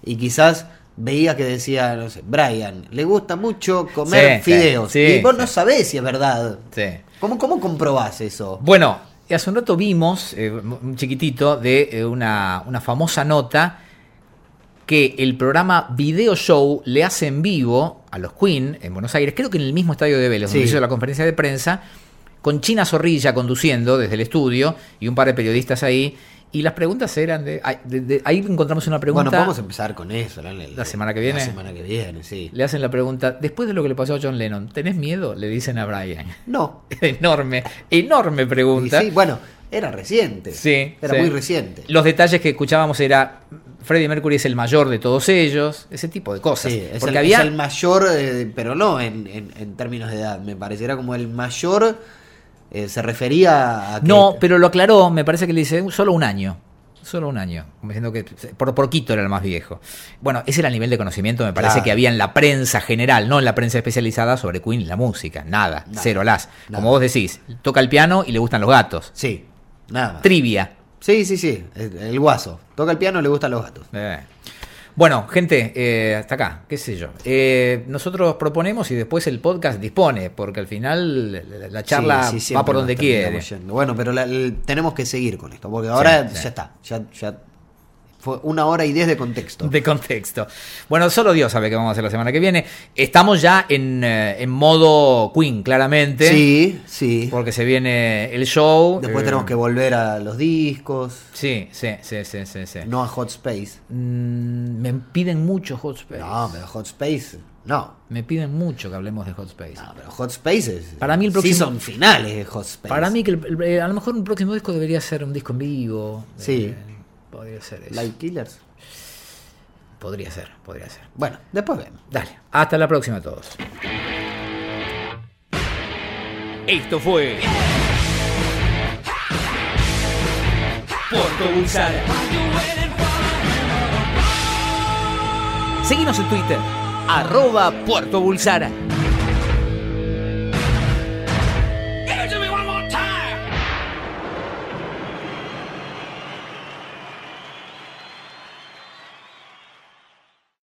Speaker 3: y quizás veía que decía, no sé, Brian, le gusta mucho comer
Speaker 2: Sí, sí,
Speaker 3: fideos.
Speaker 2: sí,
Speaker 3: y vos
Speaker 2: sí.
Speaker 3: no sabés si es verdad.
Speaker 2: Sí.
Speaker 3: ¿Cómo, ¿Cómo comprobás eso?
Speaker 2: Bueno, hace un rato vimos, eh, un chiquitito, de eh, una, una famosa nota que el programa Video Show le hace en vivo a los Queen en Buenos Aires, creo que en el mismo estadio de Vélez, donde
Speaker 3: Sí.
Speaker 2: hizo la conferencia de prensa, con China Zorrilla conduciendo desde el estudio y un par de periodistas ahí. Y las preguntas eran de. ay, de- de- ahí encontramos una pregunta.
Speaker 3: Bueno, vamos a empezar con eso. La, la-
Speaker 2: La semana que viene.
Speaker 3: La semana que viene, sí.
Speaker 2: Le hacen la pregunta, después de lo que le pasó a John Lennon, ¿tenés miedo? Le dicen a Brian.
Speaker 3: No.
Speaker 2: enorme, enorme
Speaker 3: Y
Speaker 2: pregunta.
Speaker 3: sí, bueno, era reciente.
Speaker 2: Sí,
Speaker 3: Era
Speaker 2: sí.
Speaker 3: muy reciente.
Speaker 2: Los detalles que escuchábamos era Freddie Mercury es el mayor de todos ellos, ese tipo de cosas.
Speaker 3: Sí, es,
Speaker 2: Porque
Speaker 3: el,
Speaker 2: había
Speaker 3: es el mayor, eh, pero no en, en- en términos de edad, me pareciera como el mayor eh, se refería a que-
Speaker 2: no, pero lo aclaró, me parece que le dice "Uh, solo un año. Solo un año, como diciendo que por, por Quito era el más viejo. Bueno, ese era el nivel de conocimiento, me parece
Speaker 3: Claro.
Speaker 2: que había en la prensa general, no en la prensa especializada sobre Queen y la música. Nada,
Speaker 3: Nada,
Speaker 2: cero las.
Speaker 3: nada.
Speaker 2: Como vos decís, toca el piano y le gustan los gatos.
Speaker 3: Sí, nada más.
Speaker 2: Trivia,
Speaker 3: sí, sí, sí, el, el guaso. Toca el piano, le gustan los gatos.
Speaker 2: Eh. Bueno, gente, eh, hasta acá, qué sé yo. Eh, nosotros proponemos y después el podcast dispone, porque al final la- la charla
Speaker 3: Sí, sí, siempre
Speaker 2: va por
Speaker 3: nos
Speaker 2: donde
Speaker 3: terminamos
Speaker 2: quiere.
Speaker 3: yendo. Bueno, pero la- el- tenemos que seguir con esto, porque ahora
Speaker 2: sí.
Speaker 3: ya está, ya, ya Fue una hora y diez de contexto.
Speaker 2: De contexto. Bueno, solo Dios sabe qué vamos a hacer la semana que viene. Estamos ya en, eh, en modo Queen, claramente.
Speaker 3: Sí, sí.
Speaker 2: Porque se viene el show.
Speaker 3: Después
Speaker 2: eh,
Speaker 3: tenemos que volver a los discos,
Speaker 2: Sí, sí, sí, sí, sí. sí.
Speaker 3: no a Hot Space.
Speaker 2: Mm, me piden mucho Hot Space.
Speaker 3: No, pero Hot Space, no.
Speaker 2: Me piden mucho que hablemos de Hot Space.
Speaker 3: No, pero Hot Space es.
Speaker 2: Para mí el próximo-
Speaker 3: son finales de Hot Space.
Speaker 2: Para mí, que el- el- eh, a lo mejor un próximo disco debería ser un disco en vivo.
Speaker 3: Sí.
Speaker 2: Eh, podría ser eso.
Speaker 3: Light Killers.
Speaker 2: Podría ser, podría ser.
Speaker 3: Bueno, después vemos.
Speaker 2: Dale. Hasta la próxima a todos.
Speaker 1: Esto fue. Puerto Bulsara. Seguimos en Twitter, arroba Puerto Bulsara.